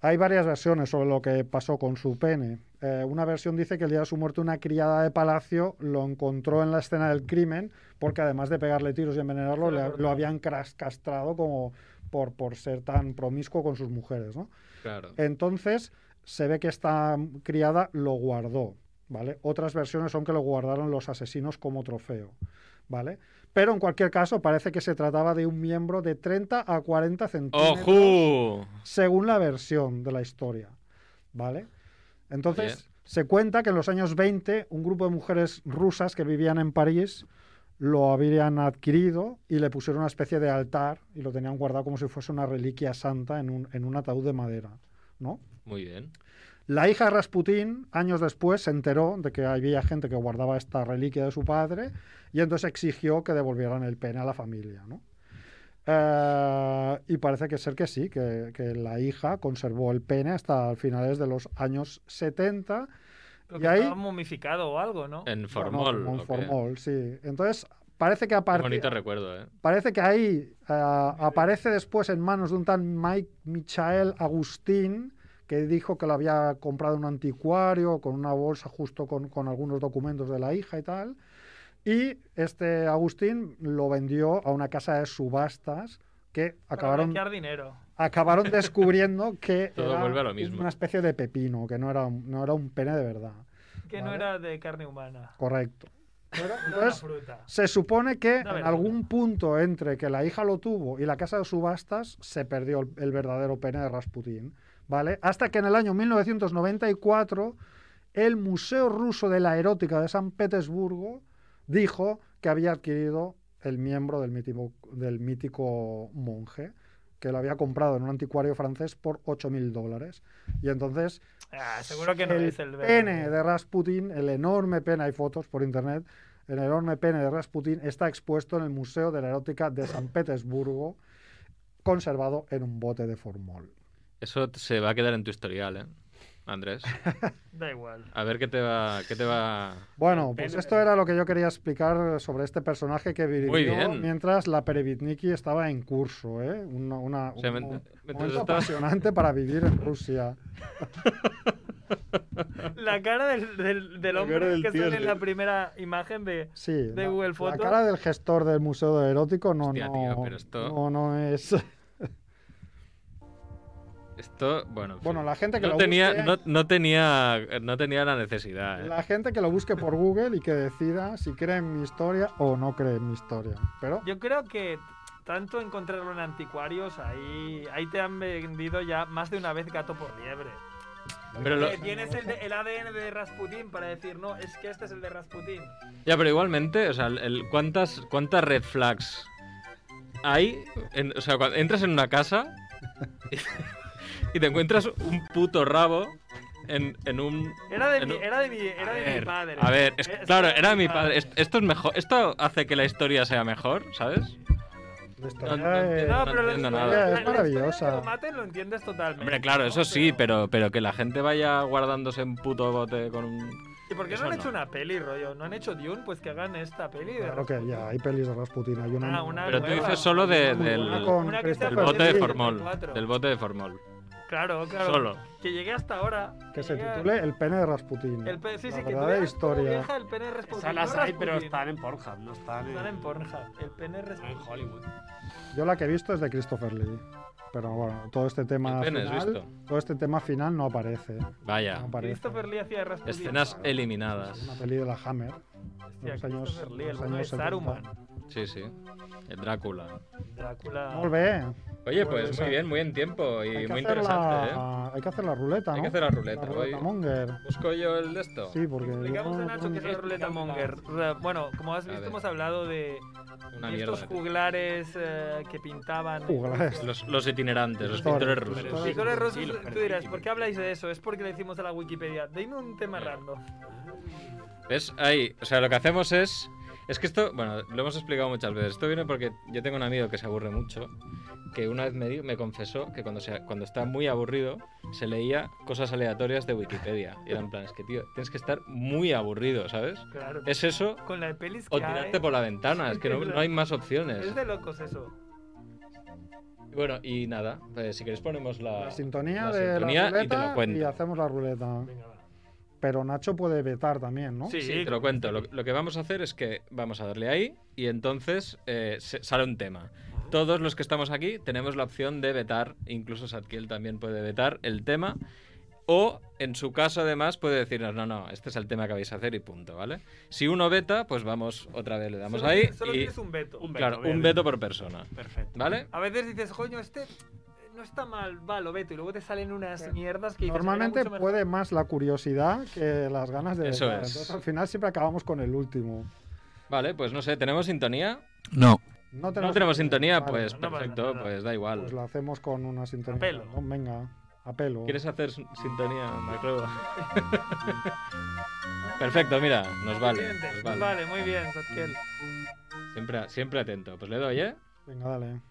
Speaker 2: hay varias versiones sobre lo que pasó con su pene. Eh, una versión dice que el día de su muerte una criada de palacio lo encontró en la escena del crimen porque además de pegarle tiros y envenenarlo,
Speaker 3: Se lo
Speaker 2: le-
Speaker 3: cortó.
Speaker 2: lo habían cras- castrado como por, por ser tan promiscuo con sus mujeres, ¿no?
Speaker 1: Claro.
Speaker 2: Entonces se ve que esta criada lo guardó, ¿vale? Otras versiones son que lo guardaron los asesinos como trofeo, ¿vale? Pero en cualquier caso parece que se trataba de un miembro de 30 a 40 centímetros,
Speaker 1: ¡Ojo!
Speaker 2: según la versión de la historia, ¿vale? Entonces se cuenta que en los años 20 un grupo de mujeres rusas que vivían en París lo habían adquirido y le pusieron una especie de altar y lo tenían guardado como si fuese una reliquia santa en un, en un ataúd de madera, ¿no?
Speaker 1: Muy bien.
Speaker 2: La hija de Rasputín, años después, se enteró de que había gente que guardaba esta reliquia de su padre y entonces exigió que devolvieran el pene a la familia, ¿no? Eh, y parece que ser que sí, que, que la hija conservó el pene hasta finales de los años 70
Speaker 3: Creo
Speaker 2: y
Speaker 3: que
Speaker 2: ahí-
Speaker 3: estaba momificado o algo, ¿no?
Speaker 1: En formol.
Speaker 2: Bueno, como en
Speaker 1: ¿o qué?
Speaker 2: formol, sí. Entonces parece que a
Speaker 1: Qué
Speaker 2: partir-
Speaker 1: bonito recuerdo, ¿eh?
Speaker 2: Parece que ahí eh, aparece después en manos de un tal Mike Michael Agustín, que dijo que lo había comprado en un anticuario con una bolsa justo con, con algunos documentos de la hija y tal. Y este Agustín lo vendió a una casa de subastas que acabaron,
Speaker 3: Para blanquear dinero.
Speaker 2: acabaron descubriendo que
Speaker 1: Todo vuelve a
Speaker 2: era
Speaker 1: lo mismo.
Speaker 2: una especie de pepino, que no era, un- no era un pene de verdad.
Speaker 3: Que no
Speaker 2: Vale.
Speaker 3: era de carne humana.
Speaker 2: Correcto.
Speaker 3: Era una
Speaker 2: Entonces,
Speaker 3: fruta.
Speaker 2: se supone que en
Speaker 3: Una vergüenza.
Speaker 2: algún punto entre que la hija lo tuvo y la casa de subastas se perdió el, el verdadero pene de Rasputín, ¿vale? Hasta que en el año 1994 el Museo Ruso de la Erótica de San Petersburgo dijo que había adquirido el miembro del mítico, del mítico monje, que lo había comprado en un anticuario francés por 8.000 dólares. Y entonces
Speaker 3: Ah, seguro que no
Speaker 2: el
Speaker 3: es el
Speaker 2: pene
Speaker 3: verde.
Speaker 2: de Rasputin, el enorme pene, hay fotos por internet, el enorme pene de Rasputin está expuesto en el Museo de la Erótica de San Petersburgo, conservado en un bote de formol.
Speaker 1: Eso t- se va a quedar en tu historial, ¿eh? Andrés.
Speaker 3: Da igual.
Speaker 1: A ver qué te va. Qué te va...
Speaker 2: Bueno, pues esto era lo que yo quería explicar sobre este personaje que vivió
Speaker 1: bien.
Speaker 2: mientras la Perevitniki estaba en curso, ¿eh? Una, una-
Speaker 1: O sea,
Speaker 2: un,
Speaker 1: men-
Speaker 2: mo-
Speaker 1: mientras
Speaker 2: momento
Speaker 1: estaba-
Speaker 2: apasionante para vivir en Rusia.
Speaker 3: La la cara del, del, del
Speaker 11: La
Speaker 3: hombre
Speaker 11: cara del
Speaker 3: que
Speaker 11: tío,
Speaker 3: sale en
Speaker 11: sí.
Speaker 3: la primera imagen de,
Speaker 2: Sí,
Speaker 3: de
Speaker 2: la,
Speaker 3: Google
Speaker 2: la
Speaker 3: Fotos.
Speaker 2: cara del gestor del Museo del Erótico no,
Speaker 1: Hostia,
Speaker 2: no,
Speaker 1: tío, pero esto-
Speaker 2: no, no es...
Speaker 1: Esto, bueno. en fin.
Speaker 2: Bueno, la gente que
Speaker 1: no
Speaker 2: lo
Speaker 1: tenía,
Speaker 2: busque-
Speaker 1: no, no tenía, no tenía la necesidad. ¿eh?
Speaker 2: La gente que lo busque por Google y que decida si cree en mi historia o no cree en mi historia. Pero
Speaker 3: Yo creo que tanto encontrarlo en anticuarios, ahí, ahí te han vendido ya más de una vez gato por liebre.
Speaker 1: Pero lo-
Speaker 3: Eh, Tienes el, de- el ADN de Rasputin para decir, no, es que este es el de Rasputin.
Speaker 1: Ya, pero igualmente, o sea, el- el- ¿cuántas, ¿cuántas red flags hay? en- o sea, cuando entras en una casa y, te encuentras un puto rabo en, en un...
Speaker 3: Era de,
Speaker 1: en
Speaker 3: mi,
Speaker 1: un-
Speaker 3: era de, mi, era de mi
Speaker 1: ver,
Speaker 3: padre.
Speaker 1: A ver, es-
Speaker 3: Eh, es
Speaker 1: claro,
Speaker 3: que
Speaker 1: era mi
Speaker 3: padre.
Speaker 1: padre. Es- Esto es mejor. Esto hace que la historia sea mejor, ¿sabes?
Speaker 2: la
Speaker 1: No,
Speaker 2: historia
Speaker 1: no,
Speaker 2: es,
Speaker 1: no
Speaker 3: No, pero
Speaker 1: entiendo
Speaker 3: la historia-
Speaker 1: nada.
Speaker 3: la-
Speaker 2: es
Speaker 3: la historia de que
Speaker 2: maravillosa.
Speaker 3: lo maten lo entiendes totalmente.
Speaker 1: Hombre, claro, eso sí, pero, pero que la gente vaya guardándose un puto bote con un...
Speaker 3: ¿Y por qué
Speaker 1: eso
Speaker 3: no han
Speaker 1: no.
Speaker 3: hecho una peli, rollo? ¿No han hecho Dune? Pues que hagan esta peli. De
Speaker 2: Claro que ya, hay pelis de Rasputin. Hay una,
Speaker 3: Ah, una
Speaker 1: Pero tú
Speaker 3: nueva.
Speaker 1: dices solo de- del,
Speaker 2: Una con
Speaker 3: Una que
Speaker 1: del
Speaker 3: está
Speaker 1: bote de
Speaker 3: parecida.
Speaker 1: formol.
Speaker 3: 34.
Speaker 1: Del bote de formol.
Speaker 3: Claro, claro.
Speaker 1: Solo.
Speaker 3: Que llegué hasta ahora.
Speaker 2: que se
Speaker 3: llegué a-
Speaker 2: titule El pene de Rasputin.
Speaker 3: El pe- sí,
Speaker 2: la
Speaker 3: sí, que tú
Speaker 2: verdadera
Speaker 3: veas cómo
Speaker 2: historia.
Speaker 3: viaja el pene Rasputin.
Speaker 7: Esas
Speaker 3: no
Speaker 7: las hay, pero
Speaker 3: Rasputin.
Speaker 7: están en Pornhub, no están en,
Speaker 3: Están en Pornhub. El pene
Speaker 7: están en
Speaker 3: Rasputin.
Speaker 7: Hollywood.
Speaker 2: Yo la que he visto es de Christopher Lee. Pero bueno, todo este tema
Speaker 1: El pene, ¿has
Speaker 2: final,
Speaker 1: visto?
Speaker 2: todo este tema final no aparece.
Speaker 1: Vaya.
Speaker 2: No aparece.
Speaker 3: Christopher Lee hacía de Rasputin.
Speaker 1: Escenas eliminadas.
Speaker 2: Una peli de la Hammer. de
Speaker 3: Hostia,
Speaker 2: los años,
Speaker 3: Este Christopher Lee, el
Speaker 2: los
Speaker 3: bueno de
Speaker 2: años 70.
Speaker 3: Saruman.
Speaker 1: Sí, sí. El Drácula.
Speaker 3: Drácula.
Speaker 2: Molt
Speaker 1: Oye,
Speaker 2: bé. Molt bé,
Speaker 1: pues
Speaker 2: esa.
Speaker 1: muy bien, muy en tiempo y
Speaker 2: Hay que
Speaker 1: muy
Speaker 2: hacer
Speaker 1: interesante, ¿eh?
Speaker 2: la- Hay que hacer la ruleta, ¿no?
Speaker 1: Hay que hacer la ruleta, voy.
Speaker 2: Monger.
Speaker 1: ¿eh? ¿Busco yo el de esto?
Speaker 2: Sí, porque. yo
Speaker 3: Explicamos
Speaker 2: no-
Speaker 3: a Nacho que es la ruleta monger. Re- Bueno, como has visto,
Speaker 1: ver.
Speaker 3: hemos hablado de
Speaker 1: Una
Speaker 3: de
Speaker 1: mierda.
Speaker 3: estos juglares eh, que pintaban.
Speaker 2: Juglares.
Speaker 1: Los, los itinerantes, los
Speaker 2: Pintores,
Speaker 1: pintores rusos.
Speaker 2: pintores.
Speaker 3: Los colores rosos,
Speaker 7: Sí, los
Speaker 3: tú dirás,
Speaker 7: perfiles.
Speaker 3: ¿por qué habláis de eso? Es porque le decimos a la Wikipedia, dime un tema random.
Speaker 1: ¿Ves? Ahí. O sea, lo que hacemos es. Es que esto, bueno, lo hemos explicado muchas veces. Esto viene porque yo tengo un amigo que se aburre mucho, que una vez me, di- me confesó que cuando, se- cuando está muy aburrido se leía cosas aleatorias de Wikipedia. Y eran planes que, tío, tienes que estar muy aburrido, ¿sabes?
Speaker 3: Claro.
Speaker 1: Es eso
Speaker 3: Con la de pelis que
Speaker 1: o
Speaker 3: hay,
Speaker 1: tirarte por la ventana, es que no, no hay más opciones.
Speaker 3: ¿eh? Es de locos eso.
Speaker 1: Bueno, y nada, pues, si queréis ponemos la,
Speaker 2: La sintonía
Speaker 1: la
Speaker 2: de
Speaker 1: sintonía
Speaker 2: la
Speaker 1: y te
Speaker 2: ruleta
Speaker 1: lo cuento.
Speaker 2: hacemos la ruleta. Pero Nacho puede vetar también, ¿no?
Speaker 1: Sí, te lo cuento. Lo, lo que vamos a hacer es que vamos a darle ahí y entonces eh, se- sale un tema. Todos los que estamos aquí tenemos la opción de vetar, incluso Satkiel también puede vetar el tema. O, en su caso, además, puede decirnos, no, no, este es el tema que vais a hacer y punto, ¿vale? Si uno veta, pues vamos otra vez, le damos
Speaker 3: Solo-
Speaker 1: ahí
Speaker 3: Solo
Speaker 1: y,
Speaker 3: tienes un veto.
Speaker 7: Un veto,
Speaker 1: claro,
Speaker 7: bien.
Speaker 1: un veto por persona,
Speaker 7: Perfecto.
Speaker 1: ¿vale?
Speaker 3: A veces dices, coño, este eh, no está mal, va, lo veto. Y luego te salen unas mierdas que dices,
Speaker 2: Normalmente
Speaker 3: "Era mucho mejor".
Speaker 2: puede más la curiosidad que las ganas de.
Speaker 1: Eso
Speaker 2: vetar.
Speaker 1: es.
Speaker 2: Entonces, al final siempre acabamos con el último.
Speaker 1: Vale, pues no sé, ¿tenemos sintonía?
Speaker 6: No.
Speaker 2: No
Speaker 1: No tenemos sintonía,
Speaker 2: Vale,
Speaker 1: pues
Speaker 3: no pasa
Speaker 1: perfecto,
Speaker 3: nada.
Speaker 1: pues da igual.
Speaker 2: Pues lo hacemos con una sintonía.
Speaker 3: Apelo.
Speaker 2: ¿no? Venga, apelo.
Speaker 1: ¿Quieres hacer s- sintonía, Macro? Perfecto, mira, nos vale.
Speaker 3: Siguiente.
Speaker 1: nos vale.
Speaker 3: Vale, muy bien, Satkiel.
Speaker 1: Siempre, siempre atento. Pues le doy, ¿eh?
Speaker 2: Venga, dale.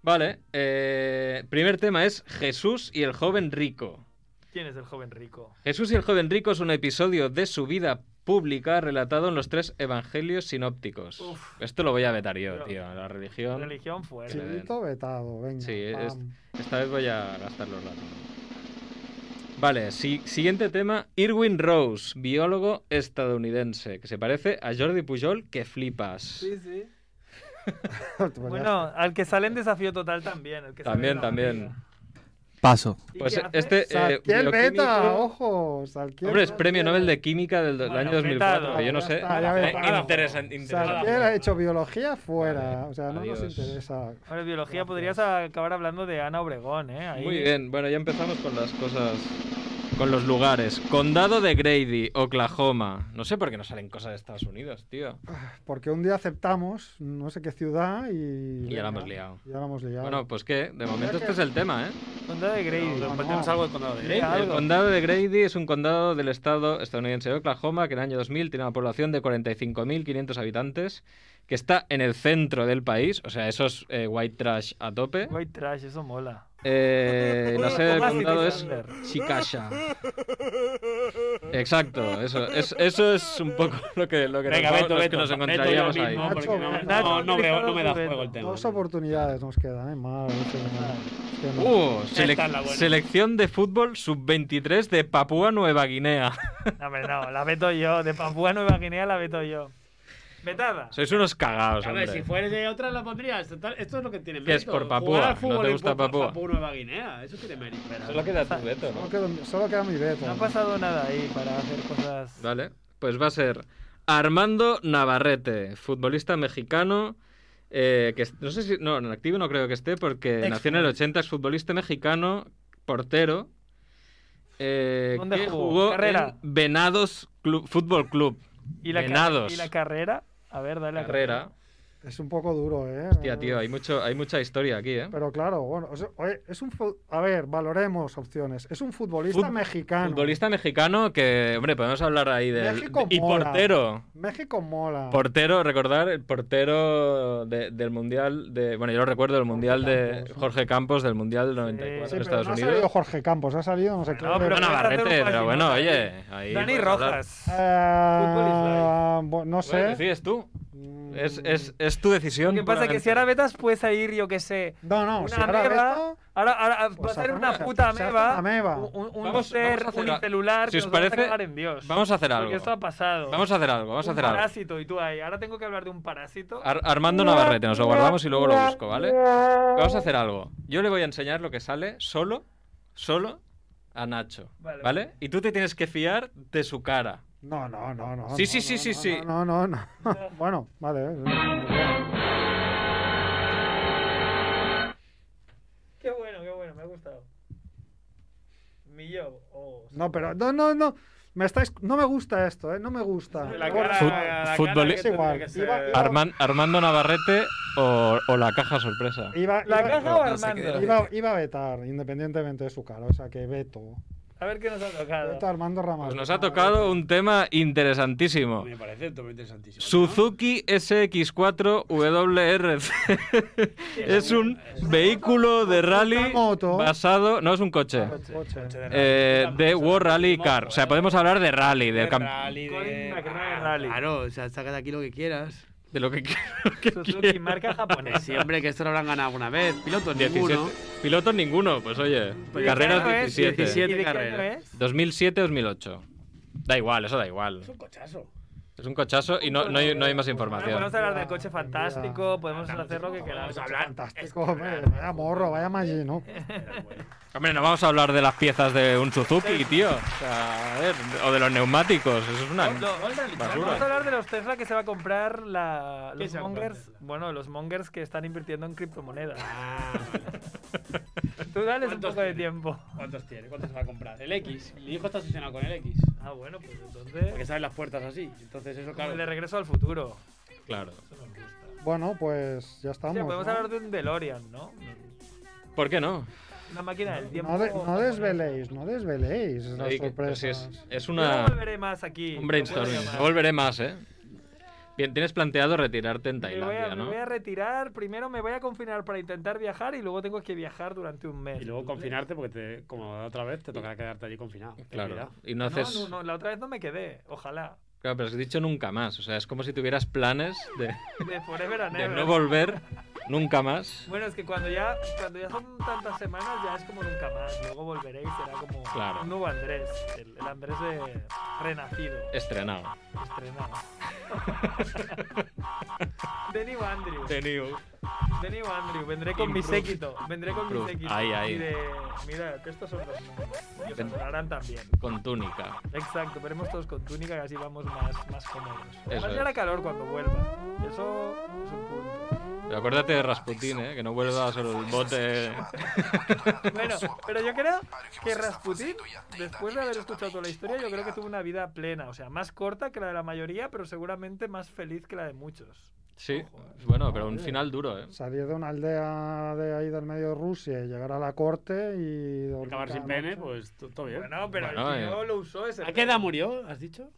Speaker 1: Vale. eh, primer tema es Jesús y el joven rico.
Speaker 3: ¿Quién es el joven rico?
Speaker 1: Jesús y el joven rico es un episodio de su vida pública relatado en los tres evangelios sinópticos.
Speaker 3: Uf.
Speaker 1: Esto lo voy a vetar yo,
Speaker 3: Pero-
Speaker 1: tío. La religión.
Speaker 3: Religión fuerte.
Speaker 1: Sí.
Speaker 2: Chilito vetado, venga.
Speaker 1: Sí, es-
Speaker 2: pam.
Speaker 1: Esta vez voy a gastar los datos. Vale, si- siguiente tema. Irwin Rose, biólogo estadounidense, que se parece a Jordi Pujol, que flipas.
Speaker 3: Sí, sí.
Speaker 2: Pues ya
Speaker 3: Bueno, al que sale en desafío total también. el que sale
Speaker 1: También,
Speaker 3: en la
Speaker 1: también.
Speaker 3: hormiga.
Speaker 6: Paso.
Speaker 3: ¿Y
Speaker 1: Pues
Speaker 3: qué
Speaker 1: eh,
Speaker 3: hace?
Speaker 1: este... eh,
Speaker 2: Salquiel Beta,
Speaker 1: bioquímico-
Speaker 2: ojo. Salquiel
Speaker 1: Hombre, es
Speaker 2: Beta.
Speaker 1: premio Nobel de Química del, do- del
Speaker 3: Bueno,
Speaker 1: año 2004,
Speaker 3: vetado.
Speaker 1: que yo no
Speaker 2: Ya
Speaker 1: sé.
Speaker 2: está, ya ves.
Speaker 1: Eh, interesante,
Speaker 2: Salquiel
Speaker 1: interesante.
Speaker 2: ha hecho biología fuera.
Speaker 1: Vale,
Speaker 2: O sea, no
Speaker 1: adiós.
Speaker 2: nos interesa.
Speaker 3: Ahora, biología, podrías acabar hablando de Ana Obregón, ¿eh? Ahí.
Speaker 1: Muy bien, bueno, ya empezamos con las cosas... Con los lugares. Condado de Grady, Oklahoma. No sé por qué no salen cosas de Estados Unidos, tío.
Speaker 2: Porque un día aceptamos no sé qué ciudad y.
Speaker 1: Y ya la
Speaker 2: venga,
Speaker 1: hemos liado.
Speaker 2: Ya la hemos liado.
Speaker 1: Bueno, pues qué, de momento
Speaker 2: que-
Speaker 1: este es el tema, ¿eh?
Speaker 3: Onda de Grey.
Speaker 2: No, no.
Speaker 7: Tenemos algo de condado de
Speaker 3: Sí,
Speaker 7: Grey.
Speaker 1: El
Speaker 3: algo.
Speaker 1: condado de Grady es un condado del estado estadounidense de Oklahoma que en el año 2000 tiene una población de 45.500 habitantes, que está en el centro del país, o sea, eso es eh, white trash a tope.
Speaker 3: White trash, eso mola.
Speaker 1: Eh, la sede del
Speaker 3: Oklahoma City
Speaker 1: condado es
Speaker 3: Thunder.
Speaker 1: Chickasha. Exacto, eso, es, eso es un poco lo que, lo que,
Speaker 7: Venga,
Speaker 1: nos,
Speaker 7: Beto,
Speaker 1: lo que
Speaker 7: Beto,
Speaker 1: nos
Speaker 7: Beto,
Speaker 1: encontraríamos
Speaker 7: yo
Speaker 1: ahí.
Speaker 7: mismo, porque no- no, no, veo- no me da juego el tema.
Speaker 2: Dos oportunidades nos quedan, ¿eh? Madre mía. Es que no.
Speaker 1: Uh, selec-
Speaker 3: Esta es la buena.
Speaker 1: selección de fútbol sub-23 de Papúa Nueva Guinea.
Speaker 3: No, hombre, no, la veto yo. De Papúa Nueva Guinea la veto yo. Vetada.
Speaker 1: Sois unos cagados,
Speaker 7: A ver, si
Speaker 1: hombre.
Speaker 7: fuera de otra la pondrías. Total, esto es lo que tiene
Speaker 1: Que
Speaker 7: mérito.
Speaker 1: es por Papúa,
Speaker 7: Jugar al
Speaker 1: no
Speaker 7: fútbol
Speaker 1: te
Speaker 7: en
Speaker 1: gusta
Speaker 7: Papua-
Speaker 1: Papúa.
Speaker 7: Papúa Nueva Guinea, eso tiene mérito.
Speaker 1: Solo queda tu veto, ¿no?
Speaker 2: Solo queda- Solo queda mi veto.
Speaker 3: No ha pasado nada ahí para hacer cosas.
Speaker 1: Vale, pues va a ser Armando Navarrete, futbolista mexicano. eh, que es- no sé si. No, en activo no creo que esté porque nació en el 80, es futbolista mexicano, portero. eh,
Speaker 3: ¿Dónde
Speaker 1: que
Speaker 3: jugó?
Speaker 1: jugó
Speaker 3: Carrera.
Speaker 1: en Venados Club- Fútbol Club.
Speaker 3: ¿Y la, ca-
Speaker 1: Venados.
Speaker 3: y la carrera? A ver, dale la
Speaker 1: Carrera.
Speaker 2: Es un poco duro, ¿eh?
Speaker 1: Tía, tío, hay, mucho, hay mucha historia aquí, ¿eh?
Speaker 2: Pero claro, bueno, o sea, oye, es un fu- a ver, valoremos opciones. Es un futbolista
Speaker 1: Fut-
Speaker 2: mexicano.
Speaker 1: Futbolista mexicano que, hombre, podemos hablar ahí del.
Speaker 2: México
Speaker 1: y
Speaker 2: mola.
Speaker 1: portero.
Speaker 2: México mola.
Speaker 1: Portero, recordar, el portero de- del Mundial de. Bueno, yo lo recuerdo, el Mundial de
Speaker 2: Campos.
Speaker 1: Jorge Campos del Mundial del 94
Speaker 2: Sí,
Speaker 1: de
Speaker 2: pero
Speaker 1: Estados
Speaker 2: no ha salido
Speaker 1: Unidos.
Speaker 2: Jorge Campos, ha salido no sé qué.
Speaker 3: No,
Speaker 1: Pero
Speaker 3: pero puedes hacer
Speaker 1: Navarrete,
Speaker 3: un
Speaker 1: pero
Speaker 3: pasillo,
Speaker 1: bueno,
Speaker 3: Dani.
Speaker 1: oye, ahí
Speaker 3: Dani
Speaker 1: puedes hablar.
Speaker 3: Rojas.
Speaker 2: Ah, eh, bu- no
Speaker 1: Bueno,
Speaker 2: sé. Mm,
Speaker 1: decides tú. Es, es- es tu decisión.
Speaker 3: Lo que pasa es que si ahora vetas, puedes a ir, yo qué sé.
Speaker 2: No, no,
Speaker 3: una
Speaker 2: si ahora
Speaker 3: ameba,
Speaker 2: veto,
Speaker 3: ahora, ahora va
Speaker 2: pues
Speaker 3: a ser
Speaker 2: hacemos
Speaker 3: una
Speaker 2: una-
Speaker 3: puta
Speaker 2: se hace
Speaker 3: ameba.
Speaker 2: una ameba.
Speaker 3: Un, un- un
Speaker 1: Vamos-
Speaker 3: ser
Speaker 1: vamos a hacer a-
Speaker 3: unicelular
Speaker 1: si
Speaker 3: que
Speaker 1: os
Speaker 3: nos vamos a
Speaker 1: parece,
Speaker 3: cagar en Dios.
Speaker 1: vamos a hacer algo.
Speaker 3: Porque esto ha pasado.
Speaker 1: Vamos a hacer algo, vamos a
Speaker 3: Un
Speaker 1: hacer algo.
Speaker 3: parásito y tú ahí. Ahora tengo que hablar de un parásito.
Speaker 1: Ar- Armando Navarrete, nos lo guardamos y luego lo busco, ¿vale? Vamos a hacer algo. Yo le voy a enseñar lo que sale solo, solo a Nacho,
Speaker 3: Vale.
Speaker 1: ¿vale? Y tú te tienes que fiar de su cara.
Speaker 2: No, no, no, no.
Speaker 1: Sí,
Speaker 2: no,
Speaker 1: sí, sí,
Speaker 2: no,
Speaker 1: sí,
Speaker 2: no,
Speaker 1: sí.
Speaker 2: No, no, no. bueno, vale. eh.
Speaker 3: Qué bueno, qué bueno, me ha gustado. Mi yo. Oh,
Speaker 2: No, pero no, no, no. Me estáis no me gusta esto, eh, no me gusta.
Speaker 7: La
Speaker 2: Bueno,
Speaker 7: cara,
Speaker 1: Fut-
Speaker 7: la
Speaker 1: futboli-
Speaker 7: cara que
Speaker 1: Es
Speaker 7: tendría
Speaker 2: igual.
Speaker 7: que ser.
Speaker 2: Iba- iba-
Speaker 1: Arman- Armando Navarrete o, o la caja sorpresa.
Speaker 2: Iba,
Speaker 3: ¿La
Speaker 2: iba-
Speaker 3: caja o
Speaker 2: no,
Speaker 3: Armando?
Speaker 2: iba, iba a vetar, independientemente de su cara, o sea que veto.
Speaker 3: A ver qué nos ha tocado.
Speaker 2: Veto a Armando Ramos.
Speaker 1: Pues nos ha tocado un tema interesantísimo.
Speaker 7: Me parece todo interesantísimo. ¿no?
Speaker 1: Suzuki SX4 WRC es un vehículo de rally
Speaker 2: moto.
Speaker 1: basado, no es un coche, eh, de World Rally Car. O sea, podemos hablar de rally,
Speaker 7: De
Speaker 1: de, cam-
Speaker 7: rally,
Speaker 3: Colin
Speaker 7: de...
Speaker 3: McRae
Speaker 7: Ah,
Speaker 3: Rally.
Speaker 7: Claro, o sea, saca de aquí lo que quieras.
Speaker 1: de lo que quieras.
Speaker 3: Suzuki, marca
Speaker 7: Que
Speaker 3: japonesa.
Speaker 7: sí, hombre, que esto lo habrán ganado alguna vez. Pilotos, ninguno.
Speaker 1: Pilotos ninguno, pues oye,
Speaker 7: Pues
Speaker 1: carreras
Speaker 7: claro, ¿eh?
Speaker 1: 17.
Speaker 3: ¿Y
Speaker 7: 17.
Speaker 3: de qué
Speaker 7: carreras.
Speaker 3: año es?
Speaker 1: 2007-2008. Da igual, eso da igual.
Speaker 7: Es un cochazo.
Speaker 1: Es un cochazo y no, no hay, no hay más
Speaker 3: Bueno, pues
Speaker 1: información.
Speaker 3: podemos hablar del coche fantástico, podemos hacer lo que queramos.
Speaker 2: Fantástico, hombre. Vaya morro, vaya mallino. ¿no?
Speaker 1: Hombre, no vamos a hablar de las piezas de un Suzuki, tío. O sea, a ver, o de los neumáticos. Eso es una.
Speaker 3: No, Vamos a
Speaker 1: basura.
Speaker 3: hablar de los Tesla que se va a comprar la,
Speaker 7: ¿Qué
Speaker 3: los
Speaker 7: se va a comprar
Speaker 3: mongers. Bueno, los mongers que están invirtiendo en criptomonedas.
Speaker 7: Ah, vale.
Speaker 3: Tú dales un
Speaker 7: ¿Cuántos
Speaker 3: poco de
Speaker 7: tiene?
Speaker 3: tiempo.
Speaker 7: ¿Cuántos tiene? ¿Cuántos va a comprar? El X. Mi hijo está obsesionado con el X.
Speaker 3: Ah, bueno, pues
Speaker 7: Porque
Speaker 3: entonces.
Speaker 7: saben las puertas así. Entonces eso,
Speaker 3: Como
Speaker 7: claro.
Speaker 3: el de regreso al futuro.
Speaker 1: Claro.
Speaker 2: Bueno, pues ya
Speaker 3: O
Speaker 2: estamos.
Speaker 3: sea, podemos
Speaker 2: ¿no?
Speaker 3: hablar de un DeLorean, ¿no?
Speaker 1: ¿Por qué no?
Speaker 3: Una máquina del tiempo.
Speaker 2: No, de- no desveléis, no desveléis las
Speaker 1: Ahí que- pero si
Speaker 2: sorpresas.
Speaker 1: es, es
Speaker 3: Yo no
Speaker 1: una.
Speaker 3: volveré más aquí.
Speaker 1: Un brainstorming. No volveré más, ¿eh? Bien, tienes planteado retirarte en
Speaker 3: Me voy, a,
Speaker 1: Tailandia,
Speaker 3: me
Speaker 1: ¿no?
Speaker 3: voy a retirar, primero me voy a confinar para intentar viajar y luego tengo que viajar durante un mes.
Speaker 7: Y luego confinarte porque, te, como otra vez, te tocará quedarte allí confinado. Ten
Speaker 1: Claro.
Speaker 7: cuidado.
Speaker 1: Y no haces.
Speaker 3: No, no, no, la otra vez no me quedé, ojalá.
Speaker 1: Claro, pero has dicho nunca más. O sea, es como si tuvieras planes de,
Speaker 3: De forever and
Speaker 1: de
Speaker 3: ever.
Speaker 1: no volver nunca más.
Speaker 3: Bueno, es que cuando ya, cuando ya son tantas semanas ya es como nunca más. Luego volveréis, será como
Speaker 1: Claro.
Speaker 3: un nuevo Andrés. El, el Andrés de renacido,
Speaker 1: Estrenado.
Speaker 3: estrenado. de New Andrew.
Speaker 1: De new.
Speaker 3: De New Andrew. Vendré con mi
Speaker 1: Improved.
Speaker 3: séquito. Vendré con mi
Speaker 1: Improved.
Speaker 3: séquito.
Speaker 1: Ahí, ahí.
Speaker 3: Y de, mira, que estos son los nuevos. Y os
Speaker 1: Ven.
Speaker 3: adorarán también.
Speaker 1: Con túnica.
Speaker 3: Exacto, veremos todos con túnica que así vamos más, más cómodos. Además,
Speaker 1: es.
Speaker 3: ya hará calor cuando vuelva. Eso es un punto.
Speaker 1: Pero acuérdate de Rasputin, ¿eh? Que no vuelva a ser el bote.
Speaker 3: Bueno, pero yo creo que Rasputin, después de haber escuchado toda la historia, yo creo que tuvo una vida plena, o sea, más corta que la de la mayoría, pero seguramente más feliz que la de muchos.
Speaker 1: Sí, bueno, pero un final duro, ¿eh?
Speaker 2: Salir de una aldea de ahí del medio de Rusia y llegar a la corte y. dormir
Speaker 7: Acabar sin
Speaker 2: cada
Speaker 7: pene,
Speaker 2: noche.
Speaker 7: pues to- todo bien.
Speaker 3: Bueno, pero
Speaker 1: Bueno,
Speaker 3: el tío
Speaker 1: eh.
Speaker 3: lo usó ese.
Speaker 7: ¿A qué edad murió? ¿Has dicho?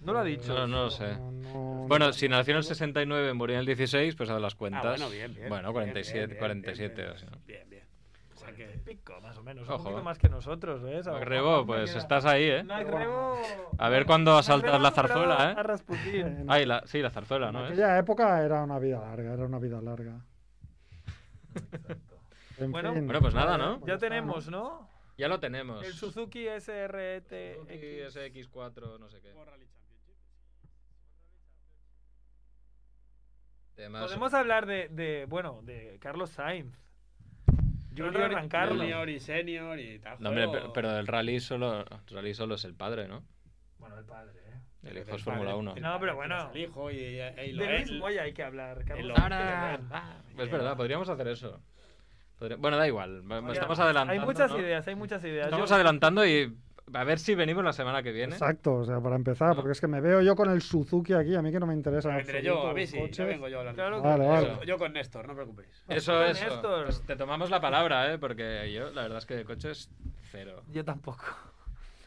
Speaker 3: No lo ha dicho.
Speaker 1: No, no lo sé.
Speaker 2: No, no,
Speaker 1: Bueno,
Speaker 2: no.
Speaker 1: si nació en el 69, murió en el 16, pues a las cuentas.
Speaker 7: Ah, bueno, bien, bien.
Speaker 1: Bueno, 47,
Speaker 7: Bien, bien, bien,
Speaker 1: 47.
Speaker 7: bien,
Speaker 1: o sea.
Speaker 7: Bien, bien. sea que.
Speaker 3: Pico, más o menos.
Speaker 1: Ojo.
Speaker 3: Un poquito más que nosotros, ¿ves? A lo
Speaker 1: Magrebo,
Speaker 3: mejor me
Speaker 1: pues
Speaker 3: queda-
Speaker 1: estás ahí, ¿eh?
Speaker 3: Magrebo.
Speaker 1: A ver cuándo asaltas
Speaker 3: Magrebo
Speaker 1: la zarzuela,
Speaker 3: superaba
Speaker 1: ¿eh?
Speaker 3: a Rasputín.
Speaker 1: Ay, la, sí, la zarzuela,
Speaker 2: En
Speaker 1: ¿no? ¿Eh? es?
Speaker 2: aquella época era una vida larga, era una vida larga. En
Speaker 3: Bueno,
Speaker 2: fin.
Speaker 1: Bueno, pues nada, ¿no?
Speaker 3: Ya tenemos, ¿no?
Speaker 1: Ya lo tenemos.
Speaker 3: El Suzuki E SRT.
Speaker 1: SX4, no sé qué. Temas-
Speaker 3: Podemos hablar de, de, bueno, de Carlos Sainz. Junior
Speaker 7: Junior,
Speaker 3: arrancarlo.
Speaker 7: junior y senior y tal.
Speaker 1: No, hombre,
Speaker 7: juego.
Speaker 1: pero, pero el rally solo, el rally solo es el padre, ¿no?
Speaker 3: Bueno, el padre, ¿eh?
Speaker 1: El hijo es Fórmula
Speaker 7: padre.
Speaker 1: 1.
Speaker 3: No, pero bueno.
Speaker 7: El hijo y, y- y lo
Speaker 3: De Luis
Speaker 7: él-
Speaker 3: Moya hay que hablar. Carlos
Speaker 7: lo-
Speaker 3: Sainz, que le den.
Speaker 1: Es verdad, podríamos hacer eso. Podría- Bueno, da igual. va- Estamos adelantando.
Speaker 3: Hay muchas
Speaker 1: ¿no?
Speaker 3: ideas, hay muchas ideas.
Speaker 1: Estamos
Speaker 3: Yo-
Speaker 1: adelantando y a ver si venimos la semana que viene.
Speaker 2: Exacto, o sea, para empezar, porque es que me veo yo con el Suzuki aquí, a mí que no me interesa. en
Speaker 7: Vendré yo,
Speaker 2: absoluto
Speaker 7: a mí
Speaker 2: los
Speaker 7: sí. Yo
Speaker 2: coches.
Speaker 7: vengo yo a hablar.
Speaker 3: Claro que-
Speaker 2: Vale, vale.
Speaker 7: Yo- Yo con Néstor, no os preocupéis.
Speaker 1: Eso es.
Speaker 3: Néstor.
Speaker 1: Pues te tomamos la palabra, ¿eh? Porque yo, la verdad es que de coches, cero.
Speaker 3: Yo tampoco.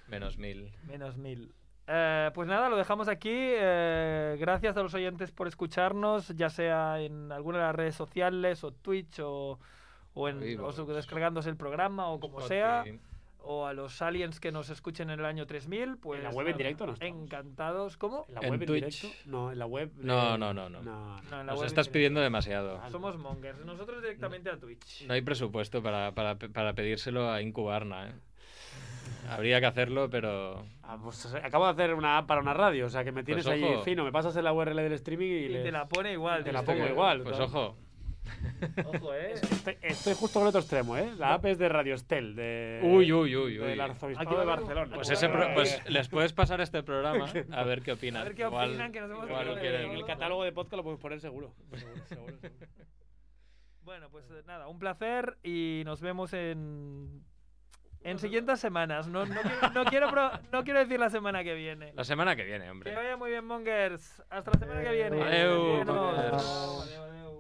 Speaker 1: Menos mil.
Speaker 3: Menos mil. Eh, pues nada, lo dejamos aquí. Eh, gracias a los oyentes por escucharnos, ya sea en alguna de las redes sociales, o Twitch, o, o, en, o
Speaker 1: iVoox.
Speaker 3: su- descargándose el programa, o como sea, o a los aliens que nos escuchen en el año 3000. Pues,
Speaker 7: ¿En la web en directo no estamos?
Speaker 3: Encantados. ¿Cómo?
Speaker 7: ¿En la
Speaker 1: En
Speaker 7: web en,
Speaker 1: Twitch.
Speaker 7: directo? No, en la web. de-
Speaker 1: No, no, no, no.
Speaker 7: no,
Speaker 3: No,
Speaker 7: no.
Speaker 3: en la
Speaker 1: Nos
Speaker 3: web en
Speaker 1: estás
Speaker 3: directo. Ah,
Speaker 1: pidiendo demasiado.
Speaker 3: Somos mongers, nosotros directamente a Twitch.
Speaker 1: No hay presupuesto para, para, para pedírselo a Incubarna, ¿eh? Habría que hacerlo, pero.
Speaker 7: Ah, pues, acabo de hacer una app para una radio, o sea que me tienes
Speaker 1: Pues,
Speaker 7: ahí
Speaker 1: ojo.
Speaker 7: fino. Me pasas el URL del streaming y,
Speaker 3: Y
Speaker 7: les-
Speaker 3: te la pone igual.
Speaker 7: te la
Speaker 3: dice.
Speaker 7: pongo igual.
Speaker 1: Pues
Speaker 7: tal.
Speaker 1: ojo.
Speaker 3: Ojo, eh.
Speaker 7: Estoy, estoy justo con el otro extremo, ¿eh? La app es de Radiostel, de.
Speaker 1: Uy, uy, uy, uy.
Speaker 7: Del arzobispado
Speaker 3: Aquí va
Speaker 7: de
Speaker 3: a haber un-
Speaker 7: Barcelona.
Speaker 1: Pues, ese pro- pues les puedes pasar este programa a ver qué opinan.
Speaker 3: A ver qué
Speaker 1: Igual-
Speaker 3: opinan, que nos hemos
Speaker 1: igual
Speaker 3: quedado
Speaker 1: quieren-
Speaker 7: en el catálogo de podcast lo podemos poner seguro.
Speaker 3: Bueno, pues eh, nada, un placer y nos vemos en. En siguientes semanas. No, no quiero, no, quiero pro- no quiero decir la semana que viene.
Speaker 1: La semana que viene, hombre.
Speaker 3: Que vaya muy bien, Mongers. Hasta la semana que viene.
Speaker 1: Adeu,
Speaker 3: Adiós.
Speaker 1: Mongers.
Speaker 3: Adeu, adeu.